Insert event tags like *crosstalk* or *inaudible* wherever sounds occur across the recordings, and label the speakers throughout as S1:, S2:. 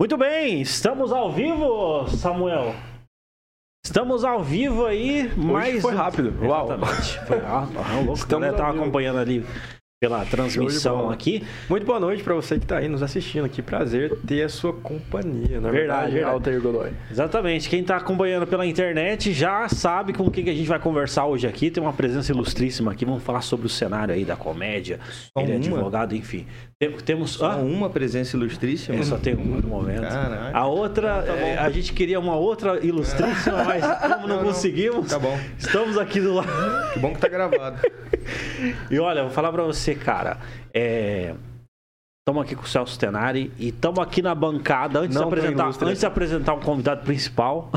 S1: Muito bem, estamos ao vivo, Samuel. Estamos ao vivo aí, mas.
S2: foi rápido, uau.
S1: Exatamente. Foi rápido.
S2: tá, é
S1: Ah, louco,
S2: Estamos
S1: a galera tava
S2: ao vivo.
S1: acompanhando ali pela transmissão
S2: bola.
S1: aqui.
S2: Muito boa noite pra você que tá aí nos assistindo. Que prazer ter a sua companhia, na
S1: Verdade,
S2: verdade,
S1: verdade.
S2: Altair Godoy.
S1: Exatamente. Quem está acompanhando pela internet já sabe com o que, que a gente vai conversar hoje aqui. Tem uma presença ilustríssima aqui. Vamos falar sobre o cenário aí da comédia. Ele é
S3: uma?
S1: advogado, enfim. Tem- Temos.
S3: Só
S2: Ah.
S1: Hã?
S3: uma presença ilustríssima?
S1: É, só tem uma no momento.
S3: Caraca.
S1: A outra, eh, a gente queria uma outra ilustríssima, mas como não,
S3: Não, não.
S2: Ah,
S1: conseguimos,
S3: Tá bom.
S1: estamos aqui do lado.
S3: Que bom que tá *laughs* gravado.
S1: E olha, vou falar pra você, cara. É... Tamo aqui com o Celso Tenari e tamo aqui na bancada. Antes, de
S2: Não tão
S1: apresentar,
S2: ilustre.
S1: antes de apresentar um convidado principal,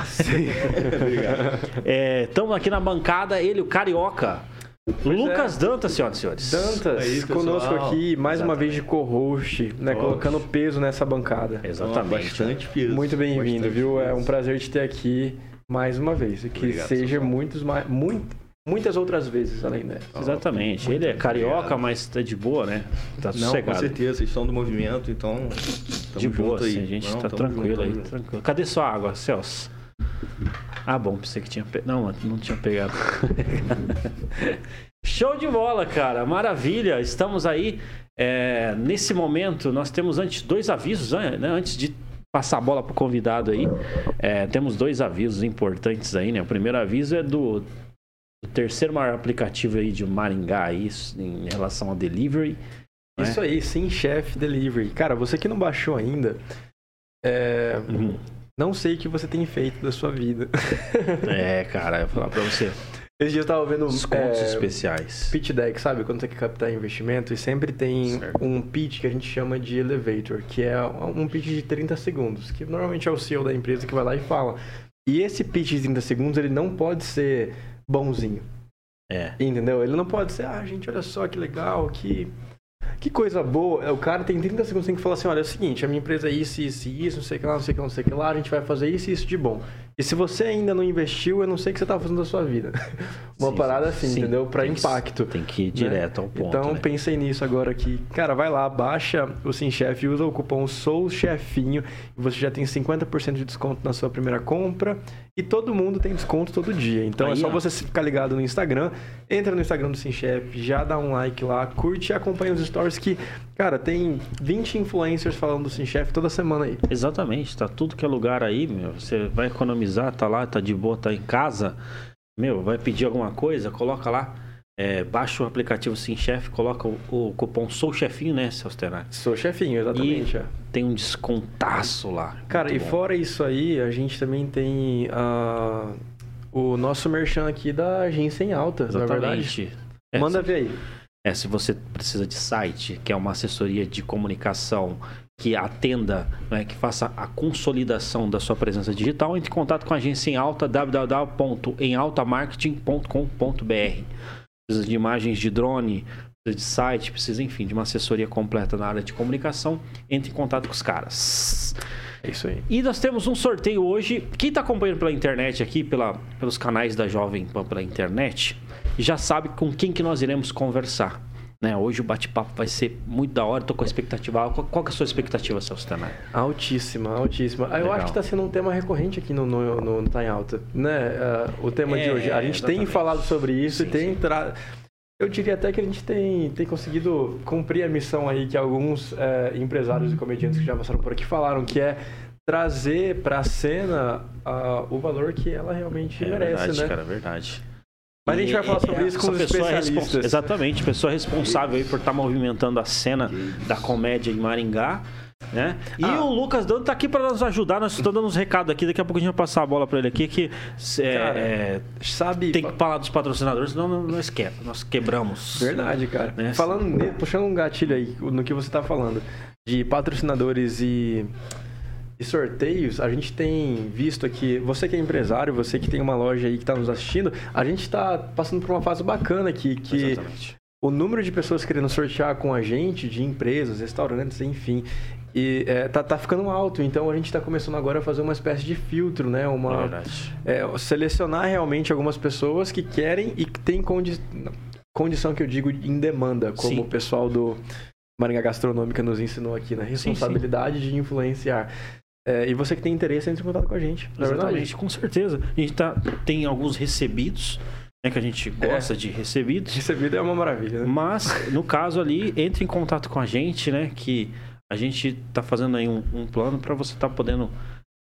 S1: é, tamo aqui na bancada, ele, o Carioca.
S3: é.
S1: Lucas Dantas, senhoras e senhores.
S2: Dantas,
S3: Aí, pessoal.
S2: conosco aqui, mais uma vez de co-host, né? Colocando peso nessa bancada.
S1: Exatamente.
S3: Então,
S1: né?
S3: Bastante É peso.
S2: Muito bem-vindo,
S3: Bastante
S2: viu? É
S3: peso.
S2: um prazer te ter aqui mais uma vez. E que
S3: Obrigado,
S2: seja
S3: pessoal.
S2: muitos mais. Muito, muitas outras vezes além dessa.
S1: Exatamente. Ele é carioca,
S3: obrigado.
S1: mas tá de boa, né? Tá
S3: Não,
S1: sossegado.
S3: com certeza. Vocês são do movimento, então... tamo
S1: De boa,
S3: junto aí.
S1: assim, a gente
S3: Não,
S1: tá
S3: tamo
S1: tranquilo
S3: junto,
S1: aí,
S3: tamo junto.
S1: tranquilo. Cadê sua água, Celso? Ah, bom, pensei que tinha pe... Não, não tinha
S3: *laughs*
S1: pegado. Show de bola, cara. Maravilha. Estamos aí. é, nesse momento, nós temos antes dois avisos, né? né, Antes de passar a bola pro convidado aí. é, temos dois avisos importantes aí, né? O primeiro aviso é do, do terceiro maior aplicativo aí de Maringá aí, em relação ao
S3: *laughs*
S1: delivery. né?
S2: Isso aí, sim, chefe delivery. Cara, você que não baixou ainda. É,
S1: Uhum.
S2: não sei o que você tem feito da sua vida. *laughs*
S1: É, cara, eu vou falar pra você.
S2: Esse dia eu tava vendo
S1: Os contos
S2: é,
S1: especiais.
S2: pitch deck, sabe? Quando você quer captar investimento, e sempre tem
S1: Certo.
S2: um pitch que a gente chama de elevator, que é um pitch de 30 segundos, que normalmente é o CEO da empresa que vai lá e fala. E esse pitch de 30 segundos, ele não pode ser bonzinho,
S1: É.
S2: entendeu? Ele não pode ser, ah, gente, olha só que legal, que que coisa boa. É, O cara tem 30 segundos tem que falar assim, olha, é o seguinte, a minha empresa é isso, isso, e isso, não sei o que lá, não sei o que lá, não sei o que lá, a gente vai fazer isso e isso de bom. E se você ainda não investiu, eu não sei o que você tá fazendo da sua vida. *laughs* Uma
S1: Sim,
S2: parada
S1: sim,
S2: assim,
S1: sim.
S2: entendeu? Pra
S1: Tem que-
S2: impacto.
S1: Tem que ir direto ao ponto.
S2: Então
S1: né?
S2: pensei nisso agora aqui. Cara, vai lá, baixa o SimChef, usa o cupom SOUCHEFINHO e você já tem 50% de desconto na sua primeira compra. E todo mundo tem desconto todo dia. Então é
S1: Aí,
S2: só
S1: ó.
S2: você se ficar ligado no Instagram, entra no Instagram do SimChef, já dá um like lá, curte e acompanha os stories que, cara, tem 20 influencers falando do SimChef toda semana aí.
S1: Exatamente, tá tudo que é lugar aí, meu. Você vai economizar, tá lá, tá de boa, tá em casa. Meu, vai pedir alguma coisa, coloca lá. é, baixa o aplicativo Sim Chef, coloca o, o cupom Sou Chefinho, né, Celso Tenari?
S2: Sou chefinho, exatamente.
S1: E
S2: ó.
S1: tem um descontaço lá.
S2: Cara,
S1: Muito
S2: e
S1: bom.
S2: fora isso aí, a gente também tem ah, o nosso merchan aqui da agência em alta, na verdade.
S1: Exatamente. É,
S2: Manda ver aí.
S1: É, se você precisa de site, que é uma assessoria de comunicação que atenda, né, que faça a consolidação da sua presença digital, entre em contato com a agência em alta, www.emaltamarketing.com.br. Precisa de imagens de drone, precisa de site, precisa, enfim, de uma assessoria completa na área de comunicação, entre em contato com os caras.
S2: É isso aí.
S1: E nós temos um sorteio hoje. Quem está acompanhando pela internet aqui, pela, pelos canais da Jovem Pan pela internet, já sabe com quem que nós iremos conversar. Né? Hoje o bate-papo vai ser muito da hora, tô com a expectativa. alta. Qual, qual que é a sua expectativa, Celso Tanar?
S2: Altíssima, altíssima. Ah, Eu
S1: Legal.
S2: acho que tá sendo um tema recorrente aqui no, no, no, no Tá em Alta, né? Ah, o tema de
S1: É,
S2: hoje. A gente tem
S1: exatamente.
S2: falado sobre isso e
S1: Sim,
S2: tem
S1: sim.
S2: entrado. Eu diria até que a gente tem, tem conseguido cumprir a missão aí que alguns eh, empresários e comediantes que já passaram por aqui falaram, que é trazer pra cena ah, o valor que ela realmente merece, né?
S1: cara, é verdade.
S2: Mas a gente vai falar sobre isso com
S1: essa
S2: os
S1: pessoa é respons-
S2: especialistas.
S1: Exatamente, pessoa responsável aí por estar movimentando a cena da comédia em Maringá. Né? E
S2: Ah.
S1: o Lucas Dando tá aqui para nos ajudar, nós estamos dando uns recados aqui, daqui a pouco a gente vai passar a bola para ele aqui, que é,
S2: Cara,
S1: é,
S2: Sabe?
S1: Tem que falar dos patrocinadores, senão não- nós, que, nós quebramos.
S2: Verdade, cara.
S1: Né?
S2: Falando, ne- puxando um gatilho aí no que você tá falando de patrocinadores e, e sorteios, a gente tem visto aqui, você que é empresário, você que tem uma loja aí que tá nos assistindo, a gente tá passando por uma fase bacana aqui que
S1: Exatamente.
S2: o número de pessoas querendo sortear com a gente, de empresas, restaurantes, enfim, e é, tá, tá ficando alto. Então a gente está começando agora a fazer uma espécie de filtro, né?
S1: É
S2: Uma,
S1: verdade.
S2: é, selecionar realmente algumas pessoas que querem e que têm condi condição que eu digo em demanda, como
S1: Sim.
S2: o pessoal do Maringá Gastronômica nos ensinou aqui, na responsabilidade de né? influenciar. É, e você que tem interesse, entra em contato com a gente. não é verdade?
S1: Exatamente, com certeza. A gente tá, tem alguns recebidos, né, que a gente gosta de recebidos.
S2: Recebido é uma maravilha, né?
S1: Mas, no caso ali, entre em contato com a gente, né? Que a gente tá fazendo aí um, um plano para você tá podendo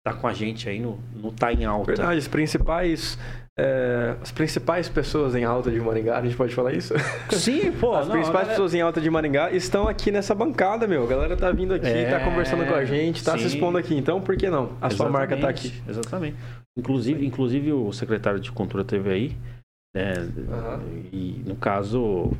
S1: estar com a gente aí no, no Tá em Alta.
S2: Verdade, os principais, é, as principais pessoas em alta de Maringá, a gente pode falar isso?
S1: Sim, pô.
S2: As
S1: não,
S2: principais
S1: a galera-
S2: pessoas em alta de Maringá estão aqui nessa bancada, meu. A galera tá vindo aqui,
S1: É,
S2: tá conversando com a gente, tá se
S1: sim.
S2: expondo aqui. Então, por que não? A sua marca tá aqui.
S1: Exatamente, Exatamente. Inclusive, inclusive o secretário de Cultura teve aí. né,
S2: Aham.
S1: E no caso,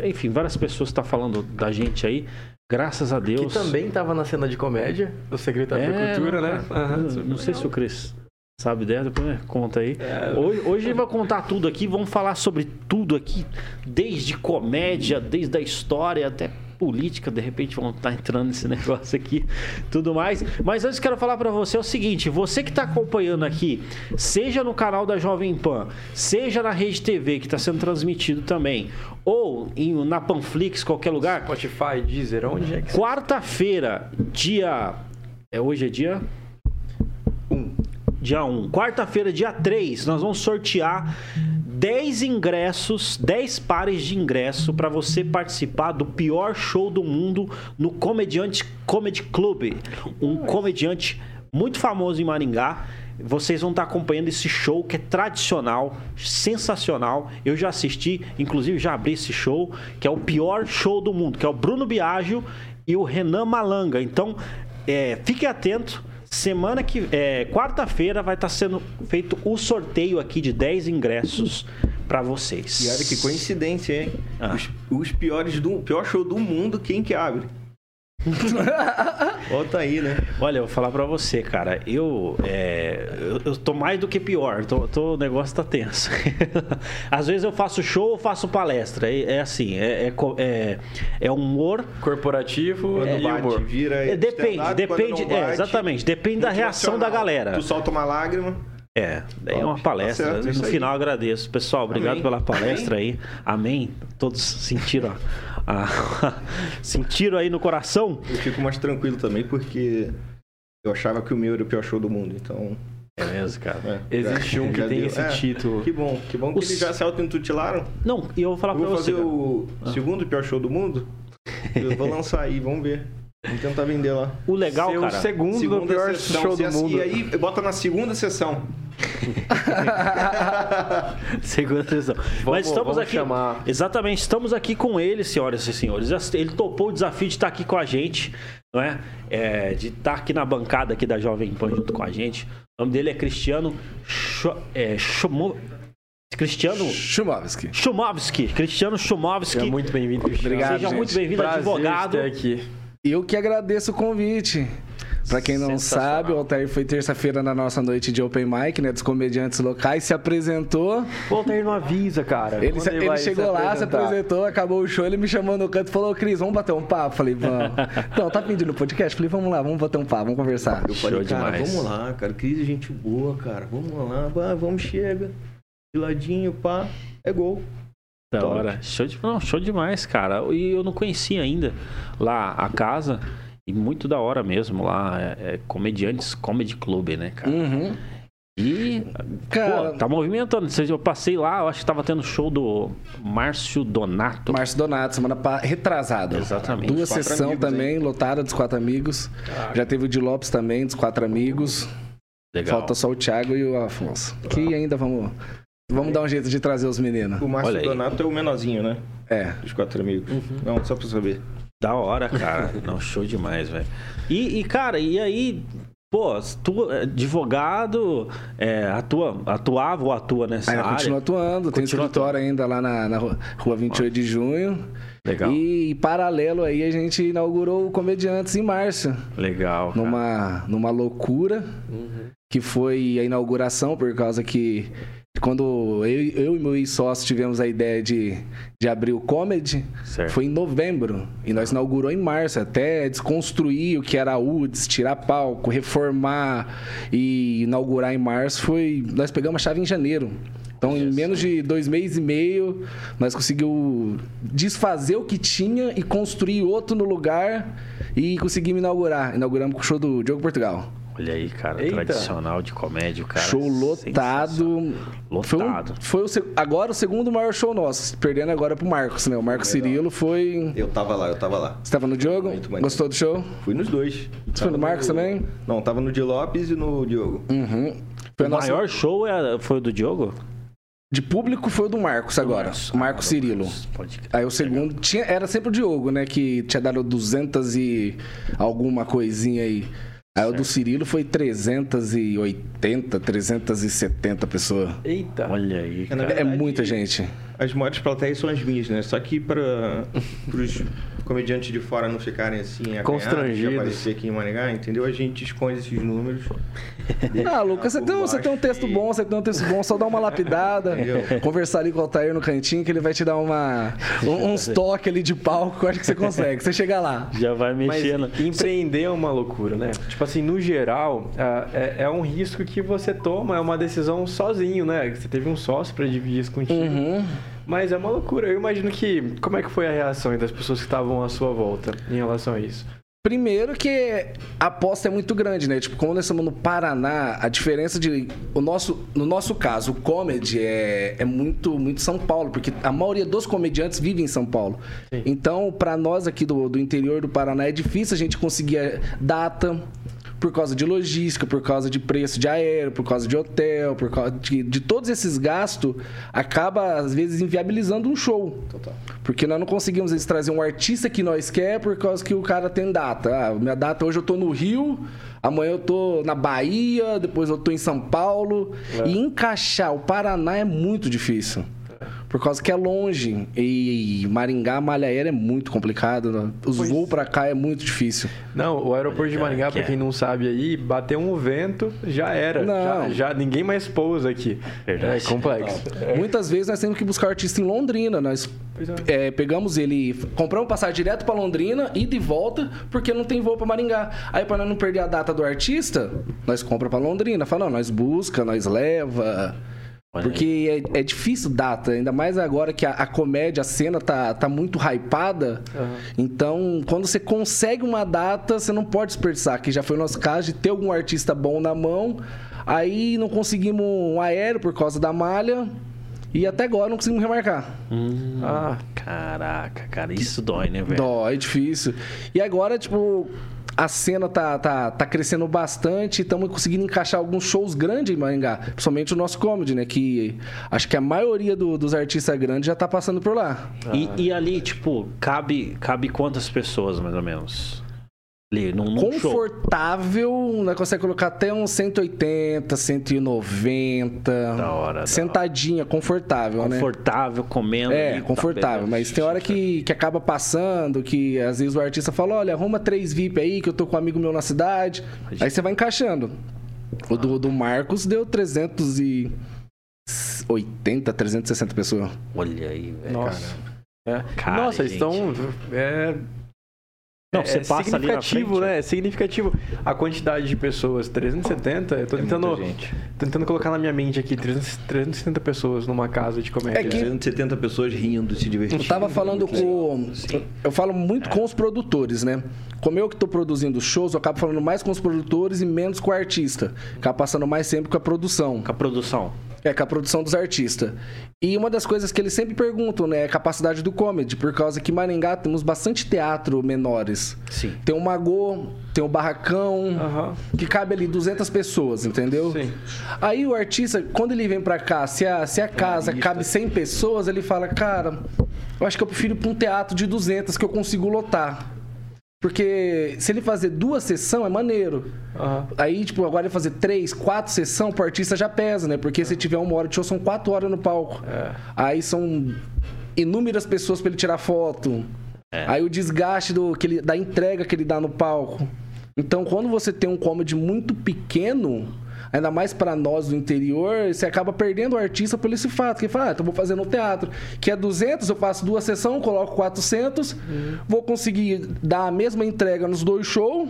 S1: é, enfim, várias pessoas estão falando da gente aí. Graças a Deus.
S2: Que também tava na cena de comédia, o secretário da
S1: É,
S2: Cultura,
S1: não,
S2: né?
S1: cara.
S2: Aham.
S1: Eu Não sei se o Cris sabe dela, depois né, conta aí.
S2: É.
S1: Hoje, hoje vai contar tudo aqui, vamos falar sobre tudo aqui, desde comédia, desde a história até política, de repente vamos estar entrando nesse *laughs* negócio aqui, tudo mais. Mas antes quero falar para você o seguinte, você que está acompanhando aqui, seja no canal da Jovem Pan, seja na Rede TV que está sendo transmitido também, ou em- na Panflix, qualquer lugar,
S2: Spotify, Deezer, onde é que
S1: Quarta-feira, dia. É hoje é dia? 1. Dia 1. Quarta-feira, dia 3, nós vamos sortear 10 ingressos, 10 pares de ingresso para você participar do pior show do mundo no Comediante Comedy Club. Um comediante muito famoso em Maringá. Vocês vão estar acompanhando esse show que é tradicional, sensacional. Eu já assisti, inclusive já abri esse show, que é o pior show do mundo, que é o Bruno Biagio e o Renan Malanga. Então, é, fique atento. Semana que. é, Quarta-feira vai estar sendo feito o sorteio aqui de 10 ingressos para vocês.
S3: E olha que coincidência, hein?
S1: Ah.
S3: Os, os piores do pior show do mundo, quem
S1: *laughs*
S3: que abre? Volta aí, né?
S1: Olha, eu vou falar pra você, cara. Eu, é, eu, eu tô mais do que pior. Tô, tô- o negócio tá tenso. *laughs* Às vezes eu faço show ou faço palestra. É, é assim, é, é, co- é, é humor.
S2: Corporativo
S3: Quando
S2: e
S3: bate,
S2: humor.
S3: vira
S1: É, depende,
S3: stand-up, quando
S1: depende.
S3: não bate,
S1: é, exatamente. Depende da reação da
S3: motivacional.
S1: galera.
S3: Tu solta uma lágrima.
S1: É, é uma
S3: Tá
S1: palestra.
S3: certo, isso
S1: no
S3: aí.
S1: final eu agradeço. Pessoal, obrigado
S3: Amém.
S1: pela palestra aí. Amém. Todos sentiram, a- a- *laughs* sentiram aí no coração.
S3: Eu fico mais tranquilo também, porque eu achava que o meu era o pior show do mundo, então.
S1: É mesmo, cara.
S3: é,
S2: Existe
S3: já- *laughs*
S2: um que
S3: já
S2: tem
S3: deu.
S2: esse
S3: É,
S1: tipo.
S2: título.
S3: Que bom, que bom que
S1: Os-
S3: eles já se auto-intutilaram.
S1: Não, e eu vou falar
S3: Eu
S1: pra
S3: vou
S1: você.
S3: fazer
S1: cara.
S3: o segundo pior show do mundo. Eu vou lançar aí, vamos ver. Vamos tentar vender lá.
S1: O legal,
S2: Seu
S1: cara.
S2: segundo do pior
S3: sessão,
S2: show
S3: se
S2: do
S3: assim-
S2: mundo.
S3: E aí, bota na segunda sessão.
S1: *laughs* Segunda sessão. Mas estamos
S2: vamos
S1: aqui.
S2: chamar.
S1: Exatamente, estamos aqui com ele, senhoras e senhores. Ele topou o desafio de estar aqui com a gente, não é? É, de estar aqui na bancada aqui da Jovem Pan junto com a gente. O nome dele é Cristiano. Cho- é, Chomo- Cristiano
S4: Chumovski.
S1: Chumovski. Cristiano
S2: Seja
S1: Chumovski.
S2: muito bem-vindo.
S4: É Obrigado,
S1: Seja
S4: gente.
S1: muito bem-vindo,
S2: Prazer
S1: advogado.
S2: ter aqui.
S4: Eu que agradeço o convite. Pra quem não
S1: Sensacional.
S4: sabe, o Altair foi terça-feira na nossa noite de Open Mic, né? Dos comediantes locais, se apresentou.
S2: O Altair não avisa, cara.
S4: Ele,
S2: Quando
S4: se- ele
S2: vai
S4: chegou lá, se
S2: apresentar?
S4: apresentou, acabou o show, ele me chamou no canto e falou, Cris, vamos bater um papo? Falei, vamos. Então, tá pedindo no podcast? Falei, vamos lá, vamos bater um papo, vamos conversar.
S3: Eu falei,
S1: Show
S3: cara,
S1: demais.
S3: vamos lá, cara. Crise, gente boa, cara. Vamos lá, vá, vamos, chega. De ladinho, pá. É gol.
S1: Da hora. Show, de, não, show demais, cara. E eu não conhecia ainda lá a casa. E muito da hora mesmo lá. É, é Comediantes Comedy Club, né, cara?
S4: Uhum.
S1: E,
S4: Cara-
S1: pô, tá movimentando. Vocês- Eu passei lá, eu acho que tava tendo show do Márcio Donato.
S4: Márcio Donato, semana pa... retrasada.
S1: Exatamente.
S4: Duas
S3: Quatro
S4: sessões
S3: amigos,
S4: também, lotada dos quatro amigos. Já teve o de Lopes também, dos quatro amigos.
S1: Legal.
S4: Falta só o Thiago e o Afonso. Que ainda vamos. Vamos dar um jeito de trazer os meninos.
S3: O
S1: Olha
S3: Márcio
S1: aí.
S3: Donato é o menorzinho, né?
S4: É.
S3: Dos quatro amigos. Não, só pra saber.
S1: Da hora,
S4: *laughs*
S1: cara. Não, show demais, velho. E, e, cara, e aí, pô, tu é advogado, é, atua, atuava ou atua nessa
S4: Ainda
S1: área?
S4: continua atuando, tem
S1: Continua
S4: escritório ainda lá na, na rua rua 28 de junho.
S1: Legal,
S4: E em paralelo aí a gente inaugurou o Comediantes em março.
S1: legal, cara.
S4: numa, numa loucura que foi a inauguração, por causa que quando eu, eu e meu ex-sócio tivemos a ideia de, de abrir o comedy,
S1: Certo.
S4: foi em novembro. E nós inaugurou em março, até desconstruir o que era a UDS, tirar palco, reformar e inaugurar em março foi. Nós pegamos a chave em janeiro. Então, em menos de dois meses e meio, nós conseguimos desfazer o que tinha e construir outro no lugar e conseguimos inaugurar. Inauguramos com o show do Diogo Portugal.
S1: Olha aí, cara,
S2: Eita.
S1: tradicional de comédia, o cara.
S4: show lotado. Foi, um-
S1: Lotado.
S4: foi o, seg- agora o segundo maior show nosso, perdendo agora pro Marcos, né? O Marcos Cirilo foi.
S3: Eu tava lá, eu tava lá.
S4: Você tava no Diogo?
S3: Muito maneiro.
S4: Gostou do show?
S3: Fui nos dois.
S4: Você foi no Marcos também?
S3: Não, tava no Di Lopes e no Diogo.
S1: Hum,
S4: Uhum.
S1: O
S4: Foi a nossa-
S1: maior show é- foi o do Diogo?
S4: De público foi o do Marcos agora. Marcos,
S1: Ah,
S4: Cirilo.
S1: Pode crer.
S4: Aí o segundo tinha, era sempre o Diogo, né? Que tinha dado 200 e alguma coisinha aí. Aí o do Cirilo foi 380, 370 pessoas.
S2: Eita.
S1: Olha aí,
S3: na
S1: cara.
S4: É
S3: verdade-
S4: muita gente.
S3: As maiores plateias são as minhas, né? Só que para os comediantes de fora não ficarem assim
S2: Constrangidos.
S3: acanhados de aparecer aqui em Maringá, entendeu? A gente esconde esses números.
S4: Ah, Lucas, você tem, um- você tem um texto bom, você tem um texto bom, só dá uma lapidada.
S3: Entendeu?
S4: conversar ali com o Altair no cantinho, que ele vai te dar uma, um- uns toques ali de palco. eu Acho que você consegue. Você chega lá.
S1: Já vai
S2: Mas
S1: mexendo.
S2: empreender é uma loucura, né? Tipo assim, no geral, ah, é, é um risco que você toma, é uma decisão sozinho, né? Você teve um sócio pra dividir isso contigo.
S4: Uhum.
S2: Mas é uma loucura. Eu imagino que. Como é que foi a reação aí das pessoas que estavam à sua volta em relação a isso?
S4: Primeiro que a aposta é muito grande, né? Tipo, como nós estamos no Paraná, a diferença de. O nosso, no nosso caso, o comedy é, é muito, muito São Paulo, porque a maioria dos comediantes vive em São Paulo. Então, pra nós aqui do, do interior do Paraná, é difícil a gente conseguir a data. Por causa de logística, por causa de preço de aéreo, por causa de hotel, por causa de, de todos esses gastos, acaba, às vezes, inviabilizando um show. Porque nós não conseguimos às vezes, trazer um artista que nós quer por causa que o cara tem data. Ah, minha data hoje eu tô no Rio, amanhã eu tô na Bahia, depois eu tô em São Paulo. E encaixar o Paraná é muito difícil. Por causa que é longe. E Maringá, malha aérea é muito complicado. né? Os voos pra cá é muito difícil.
S2: Não, o aeroporto de Maringá, pra
S1: é.
S2: quem não sabe aí, bateu um vento, já era.
S4: Não.
S2: Já, já ninguém mais pousa aqui.
S1: Verdade.
S2: É complexo.
S4: Muitas vezes nós temos que buscar o artista em Londrina. Nós
S2: Pois é.
S4: é, pegamos ele, compramos passagem direto pra Londrina, ida e volta, porque não tem voo pra Maringá. Aí pra nós não perder a data do artista, nós compra pra Londrina. Fala, não, nós busca, nós leva.
S1: Olha aí.
S4: Porque é, é difícil data, ainda mais agora que a, a comédia, a cena tá, tá muito hypada.
S2: Aham.
S4: Então, quando você consegue uma data, você não pode desperdiçar, que já foi o nosso caso de ter algum artista bom na mão, aí não conseguimos um aéreo por causa da malha, e até agora não conseguimos remarcar.
S1: Hum,
S2: Ah.
S1: Caraca, cara, isso dói, né, velho?
S4: Dói, é difícil. E agora, tipo, a cena tá, tá, tá crescendo bastante. Estamos conseguindo encaixar alguns shows grandes em Maringá. Principalmente o nosso comedy, né? Que acho que a maioria do- dos artistas grandes já tá passando por lá.
S1: E, e ali, tipo, cabe, cabe quantas pessoas, mais ou menos? Ali, num, num Um show.
S4: Confortável, né? Consegue colocar até uns 180, 190.
S1: Da hora, da
S4: Sentadinha, confortável, Então, né?
S1: Tá, Confortável, comendo.
S4: É,
S1: ali, tá
S4: confortável,
S1: bebendo.
S4: mas tem hora que, que acaba passando, que às vezes o artista fala, olha, arruma três VIP aí, que eu tô com um amigo meu na cidade. Aí você vai encaixando. O do, do Marcos deu 380, 360 pessoas.
S1: Olha aí, velho.
S2: Nossa. É.
S1: Cara,
S2: Nossa,
S1: gente.
S2: estão. É,
S1: Não,
S2: é
S1: você passa ali na frente.
S2: significativo, né? É significativo. A quantidade de pessoas, 370,
S1: É
S2: eu tô tentando, tentando colocar na minha mente aqui, 300 370 pessoas numa casa de comédia.
S4: É que-
S3: 370 pessoas rindo, se divertindo.
S4: Eu tava falando com. Eu falo muito com os produtores, né? Como eu que tô produzindo shows, eu acabo falando mais com os produtores e menos com o artista. Acabo passando mais sempre com a produção.
S1: Com a produção.
S4: É, com a produção dos artistas. E uma das coisas que eles sempre perguntam, né, é a capacidade do comedy, por causa que em Maringá temos bastante teatro menores.
S1: Sim.
S4: Tem o Magô, tem o Barracão,
S2: Aham.
S4: que cabe ali 200 pessoas, entendeu?
S2: Sim.
S4: Aí o artista, quando ele vem pra cá, se a, se a casa
S3: lista.
S4: cabe 100 pessoas, ele fala, cara, eu acho que eu prefiro ir pra um teatro de 200 que eu consigo lotar. Porque se ele fazer duas sessões, é maneiro.
S2: Aham.
S4: Aí, tipo, agora ele fazer três, quatro sessão pro artista já pesa, né? Porque se tiver uma hora de show, são quatro horas no palco.
S2: É.
S4: Aí são inúmeras pessoas pra ele tirar foto. Aí o desgaste do, que ele, da entrega que ele dá no palco. Então, quando você tem um comedy muito pequeno, ainda mais pra nós do interior, você acaba perdendo o artista por esse fato. Que ele fala, ah, então vou fazer no teatro. Que é 200, eu faço duas sessões, coloco 400, vou conseguir dar a mesma entrega nos dois shows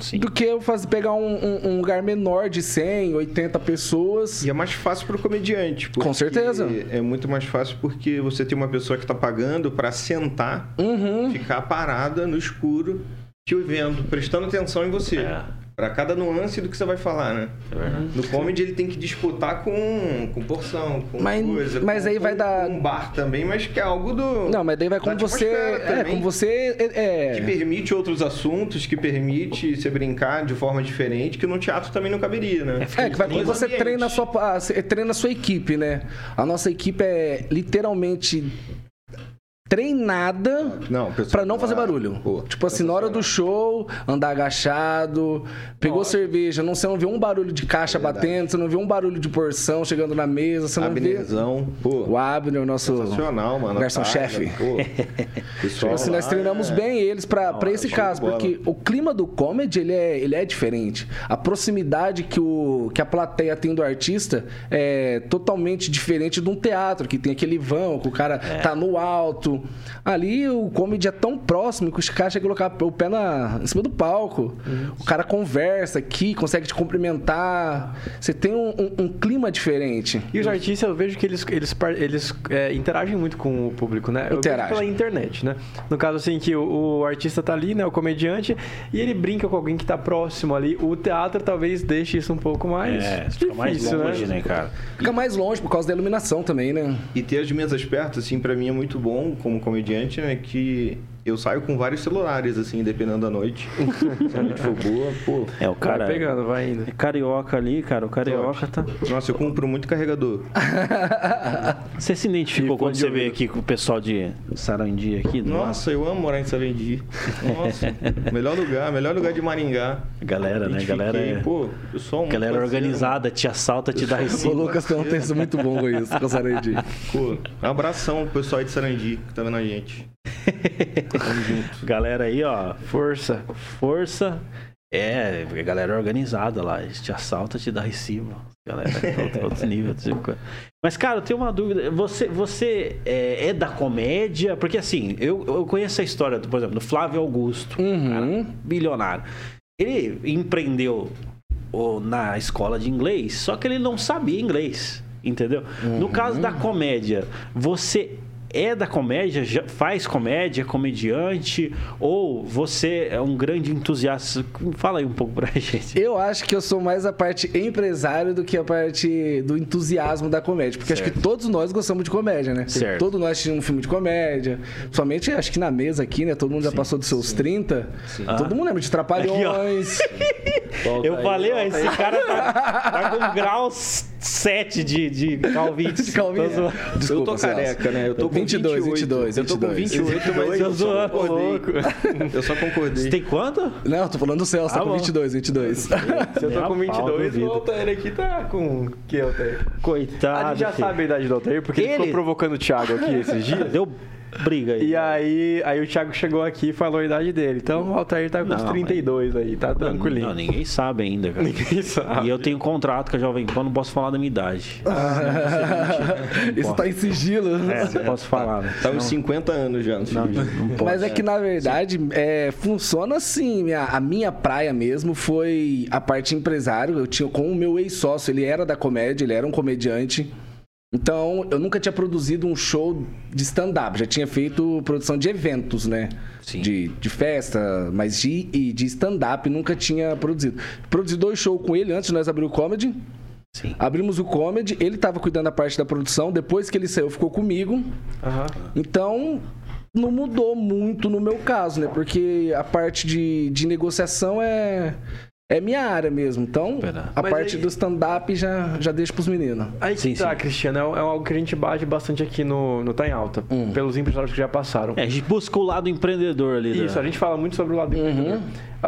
S1: Sim. é
S4: do que eu fazer, pegar um, um- um lugar menor de 100, 80 pessoas.
S3: E é mais fácil pro comediante. porque
S4: Com certeza.
S3: É muito mais fácil porque você tem uma pessoa que tá pagando pra sentar,
S4: Uhum.
S3: ficar parada no escuro, te vendo, prestando atenção em você.
S1: É.
S3: Pra Pra cada nuance do que você vai falar, né?
S1: É verdade.
S3: No comedy ele tem que disputar com, com porção, com
S4: Mas-
S3: coisa.
S4: mas
S3: com-
S4: aí vai
S3: com-
S4: dar-
S3: com Um bar também, mas que é algo do.
S4: Não, mas daí vai
S3: da
S4: como você.
S3: atmosfera
S4: É,
S3: também,
S4: como você. É,
S3: Que
S4: é,
S3: permite outros assuntos, que permite você brincar de forma diferente, que no teatro também não caberia, né?
S4: É, que vai como você treina a sua, a- você treina a sua equipe, né? A nossa equipe é literalmente treinada
S3: Não, pessoal,
S4: pra não fazer
S3: claro.
S4: barulho.
S3: Pô,
S4: tipo assim, na hora do show, andar agachado, pegou cerveja, não, você não vê um barulho de caixa batendo, você não vê um barulho de porção chegando na mesa, você não vê...
S3: Abnerzão, pô.
S4: O Abner, o nosso...
S3: Sensacional, mano.
S4: garçom-chefe. *laughs*
S3: Tipo
S4: Tipo assim, nós
S3: é-
S4: treinamos bem eles pra pra esse
S3: show
S4: caso,
S3: de bola.
S4: porque o clima do comedy, ele é, ele é diferente. A proximidade que, o, que a plateia tem do artista é totalmente diferente de um teatro, que tem aquele vão, que o cara tá no alto. Ali o comedy é tão próximo que os caras chegam a colocar o pé na, em cima do palco. O cara conversa aqui, consegue te cumprimentar. Você tem um, um- um clima diferente.
S2: E os artistas, eu vejo que eles, eles, par- eles é, interagem muito com o público, né? Eu vejo
S4: Interagem.
S2: pela internet, né? No caso, assim, que o, o artista tá ali, né? O comediante, e ele brinca com alguém que tá próximo ali. O teatro talvez deixe isso um pouco mais.
S1: É, fica mais
S2: difícil,
S1: longe, né, cara?
S4: Fica mais longe por causa da iluminação também, né?
S3: E ter as mesas perto, assim, pra mim é muito bom como comediante, né? Que eu saio com vários celulares, assim, dependendo da noite. Se a noite for boa, pô.
S1: É, o
S2: Vai
S1: cara.
S2: pegando, vai indo.
S1: É carioca ali, cara. O carioca tá.
S3: Nossa, eu compro muito carregador.
S1: Você se identificou quando você veio aqui com o pessoal de Sarandi aqui? do lado?
S3: Nossa, eu amo morar em Sarandi.
S1: *laughs*
S3: Nossa, melhor lugar, melhor lugar de Maringá.
S1: Galera, né?
S3: Identifiquei,
S1: Galera. é-
S3: Pô, eu sou um
S1: Galera
S4: né?
S3: parceiro.
S1: organizada, te assalta,
S4: *laughs*
S1: te dá
S4: O
S1: recibo.
S4: Lucas tem um texto muito bom com isso, com o Sarandi.
S3: Pô, Um abração pro pessoal aí de Sarandi que tá vendo a gente.
S1: Galera aí, ó,
S2: Força.
S1: força. É, a galera é organizada lá, eles te assalta, te dá recibo. Galera, é outro, outro nível. outro tipo de coisa. Mas, cara, eu tenho uma dúvida. Você, você é, é da comédia? Porque, assim, eu, eu conheço a história, do, por exemplo, do Flávio Augusto,
S4: Uhum.
S1: bilionário. Ele empreendeu o- na escola de inglês, só que ele não sabia inglês, entendeu? No caso da comédia, você é da comédia, já faz comédia, é comediante, ou você é um grande entusiasta? Fala aí um pouco pra *laughs* gente.
S4: Eu acho que eu sou mais a parte empresário do que a parte do entusiasmo da comédia. Porque acho que todos nós gostamos de comédia, né?
S1: Certo.
S4: Todos nós assistimos um filme de comédia. Somente acho que na mesa aqui, né? Todo mundo já passou dos seus 30. Todo mundo lembra de Trapalhões.
S1: eu falei, ó, esse cara tá, *laughs* tá com grau 7 de, de calvície.
S4: *laughs* De
S1: Tô
S4: calvície.
S1: zoando.
S3: eu tô
S4: Desculpa, Celso.
S3: careca, né? Eu tô com
S4: 22,
S3: 28.
S4: 22,
S3: Eu tô com um.
S4: 22.
S3: 28, mas eu só
S1: Zoando,
S3: concordei. *laughs* Eu só concordei.
S1: Você tem quanto?
S4: Não, tô falando do Celso,
S1: Ah,
S4: tá com
S1: bom.
S4: 22,
S3: *laughs*
S2: *laughs*
S4: 22.
S2: Se eu
S1: Nem
S2: tô
S1: a
S2: com
S1: pau,
S2: 22, o
S1: duvido.
S2: Altair aqui tá com. Que Altair?
S1: Coitado.
S2: a gente já
S1: filho.
S2: sabe a idade do Altair, porque ele,
S1: Ele-
S2: ficou provocando o Thiago
S1: *laughs*
S2: aqui esses dias.
S1: Deu briga aí.
S2: E aí, aí o Thiago chegou aqui e falou a idade dele. Então o Altair tá com
S1: Não,
S2: uns
S1: mas-
S2: 32 aí, tá
S1: Não,
S2: tranquilinho. *laughs*
S1: Não, ninguém sabe ainda, cara.
S2: Ninguém sabe.
S1: E eu tenho um contrato com a Jovem Pan, não posso falar da minha idade.
S4: *laughs* Isso tá em sigilo.
S1: É, não posso falar. né?
S3: Tá uns 50 anos já. Não,
S1: Não posso.
S4: Mas é que na verdade é, funciona assim. minha- a minha praia mesmo foi a parte empresário. Eu tinha com o meu ex-sócio, ele era da comédia, ele era um comediante. Então eu nunca tinha produzido um show de stand-up. Já tinha feito produção de eventos, né?
S1: Sim.
S4: De, de festa, mas de, e de stand-up nunca tinha produzido. Produzi dois shows com ele antes de nós abrir o comedy.
S1: Sim.
S4: Abrimos o comedy, ele tava cuidando da parte da produção. Depois que ele saiu, ficou comigo.
S2: Aham.
S4: Então, não mudou muito no meu caso, né? Porque a parte de, de negociação é, é minha área mesmo. Então,
S1: Pera.
S4: a
S2: Mas
S4: parte
S2: aí-
S4: do stand-up já, já deixo pros meninos.
S2: Aí que
S1: Sim,
S2: tá,
S1: sim.
S2: Cristiano, é, é algo que a gente bate bastante aqui no, no Tá em Alta,
S1: Hum.
S2: pelos empresários que já passaram.
S1: É, a gente busca o lado empreendedor ali. né?
S2: Isso, a gente fala muito sobre o lado
S4: Uhum.
S2: empreendedor.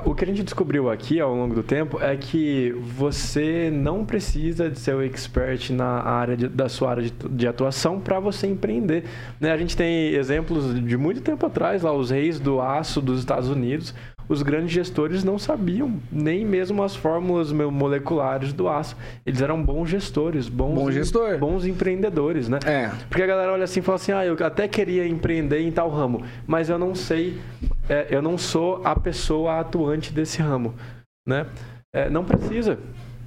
S2: O que a gente descobriu aqui ao longo do tempo é que você não precisa de ser o expert na área de- da sua área de, de atuação para você empreender. né? A gente tem exemplos de muito tempo atrás, lá os reis do aço dos Estados Unidos, os grandes gestores não sabiam nem mesmo as fórmulas meu- moleculares do aço. Eles eram bons gestores, bons,
S4: Bom gestor.
S2: bons empreendedores, né?
S4: É.
S2: Porque a galera olha assim e fala assim: ah, eu até queria empreender em tal ramo, mas eu não sei, é, eu não sou a pessoa atuante desse ramo, né? É, não precisa.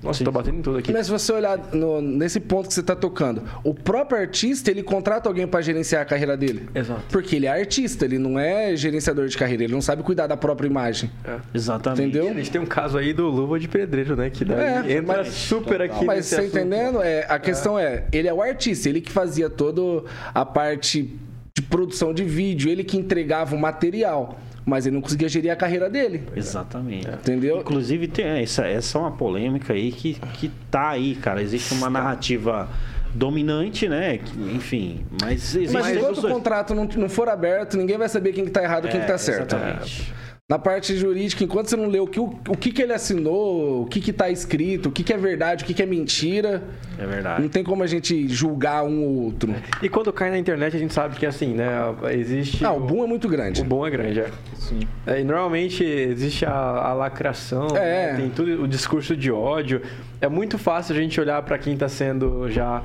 S2: Nossa, tá batendo em tudo aqui.
S4: Mas se você olhar no- nesse ponto que você tá tocando, o próprio artista, ele contrata alguém pra gerenciar a carreira dele.
S2: Exato.
S4: Porque ele é artista, ele não é gerenciador de carreira, ele não sabe cuidar da própria imagem.
S1: Exatamente.
S4: Entendeu?
S2: A gente tem um caso aí do Luva de Pedreiro, né? Que daí
S4: É,
S2: entra
S4: mas-
S2: super aqui
S4: Mas
S2: nesse
S4: você
S2: assunto.
S4: entendendo? É, a questão é. ele é o artista, ele que fazia toda a parte de produção de vídeo, ele que entregava o material, mas ele não conseguia gerir a carreira dele.
S1: Exatamente.
S4: Entendeu?
S1: Inclusive, tem essa, essa é uma polêmica aí que, que tá aí, cara. Existe uma narrativa dominante, né? Que, enfim, mas existe
S4: Mas enquanto
S1: os
S4: o
S1: dois.
S4: contrato não, não for aberto, ninguém vai saber quem que tá errado e quem que tá
S1: É,
S4: certo.
S1: Exatamente.
S4: Na parte jurídica, enquanto você não lê o que, o, o que, que ele assinou, o que, que tá escrito, o que, que é verdade, o que, que é mentira,
S1: É,
S4: não
S1: verdade.
S4: tem como a gente julgar um ou outro.
S2: E quando cai na internet, a gente sabe que assim, né? Existe.
S4: Ah, o boom é muito grande.
S2: O bom é grande, é.
S3: Sim.
S2: É, e normalmente existe a, a lacração,
S4: É.
S2: né? tem tudo o discurso de ódio. É muito fácil a gente olhar pra quem tá sendo já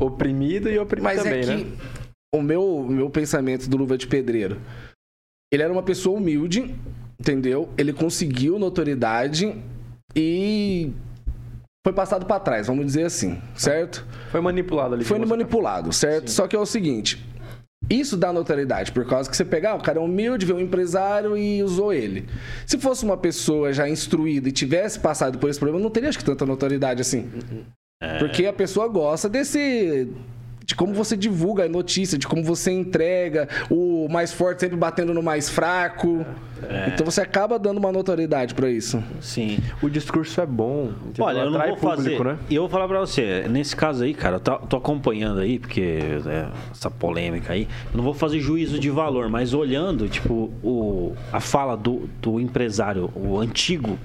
S2: oprimido e oprimido
S4: Mas
S2: também,
S4: é que
S2: né?
S4: o meu, o meu pensamento do Luva de Pedreiro, ele era uma pessoa humilde, entendeu? Ele conseguiu notoriedade e foi passado pra trás, vamos dizer assim, certo?
S2: Foi manipulado ali.
S4: Foi
S2: como você-
S4: manipulado, certo? Só que é o seguinte. Isso dá notoriedade, por causa que você pegar, o cara é humilde, vê um empresário e usou ele. Se fosse uma pessoa já instruída e tivesse passado por esse problema, não teria acho que tanta notoriedade assim.
S1: É.
S4: Porque a pessoa gosta desse. De como você divulga a notícia, de como você entrega, o mais forte sempre batendo no mais fraco.
S1: É.
S4: Então você acaba dando uma notoriedade pra isso.
S1: Sim.
S2: O discurso é bom. entendeu?
S1: Olha, eu não
S2: Atrai
S1: vou
S2: público,
S1: fazer.
S2: né?
S1: E eu vou falar pra você, nesse caso aí, cara, eu tá- tô acompanhando aí, porque né, essa polêmica aí, eu não vou fazer juízo de valor, mas olhando, tipo, o, a fala do, do empresário, o antigo,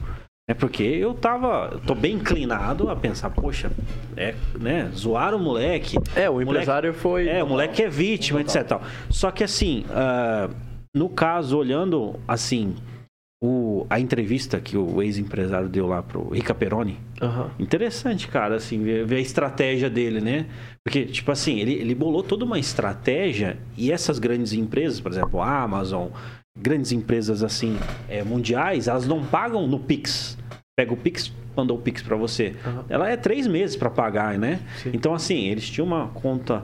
S1: é porque eu tava. eu tô bem inclinado a pensar, poxa, é, né? Zoaram o moleque.
S2: É, o
S1: moleque-
S2: empresário foi-
S1: É, o moleque é vítima, etc. tal. Só que assim, ah, no caso, olhando assim. O, a entrevista que o ex-empresário deu lá pro Rica Peroni,
S2: Aham.
S1: Interessante, cara, assim, ver, ver a estratégia dele, né? Porque, tipo assim, ele, ele bolou toda uma estratégia e essas grandes empresas, por exemplo, a Amazon, grandes empresas, assim, é, mundiais, elas não pagam no Pix. Pega o Pix, mandou o Pix pra você.
S2: Aham.
S1: Ela é três meses pra pagar, né?
S2: Sim.
S1: Então, assim, eles tinham uma conta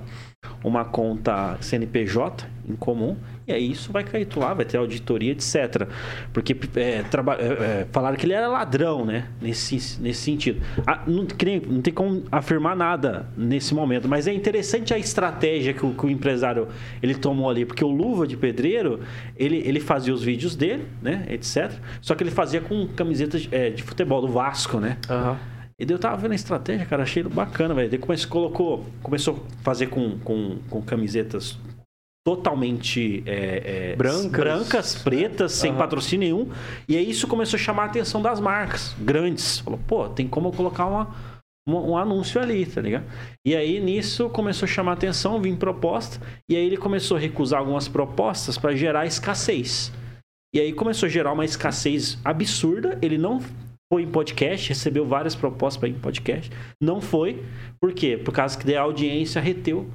S1: uma conta CNPJ em comum e aí isso vai capitular, vai ter auditoria, etc. Porque é, traba- é, é, falaram que ele era ladrão, né? Nesse, nesse sentido. Ah, não, que nem- não tem como afirmar nada nesse momento, mas é interessante a estratégia que o, que o empresário ele tomou ali, porque o Luva de Pedreiro ele, ele fazia os vídeos dele, né? Etc. Só que ele fazia com camisetas de, é, de futebol do Vasco, né?
S2: Aham.
S1: E daí eu tava vendo a estratégia, cara, achei bacana, velho. Daí começou, colocou, começou a fazer com, com, com camisetas totalmente é, é,
S2: Brancas.
S1: brancas, pretas, sem
S2: Aham.
S1: patrocínio nenhum. E aí isso começou a chamar a atenção das marcas grandes. Falou, pô, tem como eu colocar uma, uma- um anúncio ali, tá ligado? E aí nisso começou a chamar a atenção, vim proposta. E aí ele começou a recusar algumas propostas para gerar escassez. E aí começou a gerar uma escassez absurda. Ele não foi em podcast, recebeu várias propostas para ir em podcast. Não foi. Por quê? Por causa que daí a audiência reteu.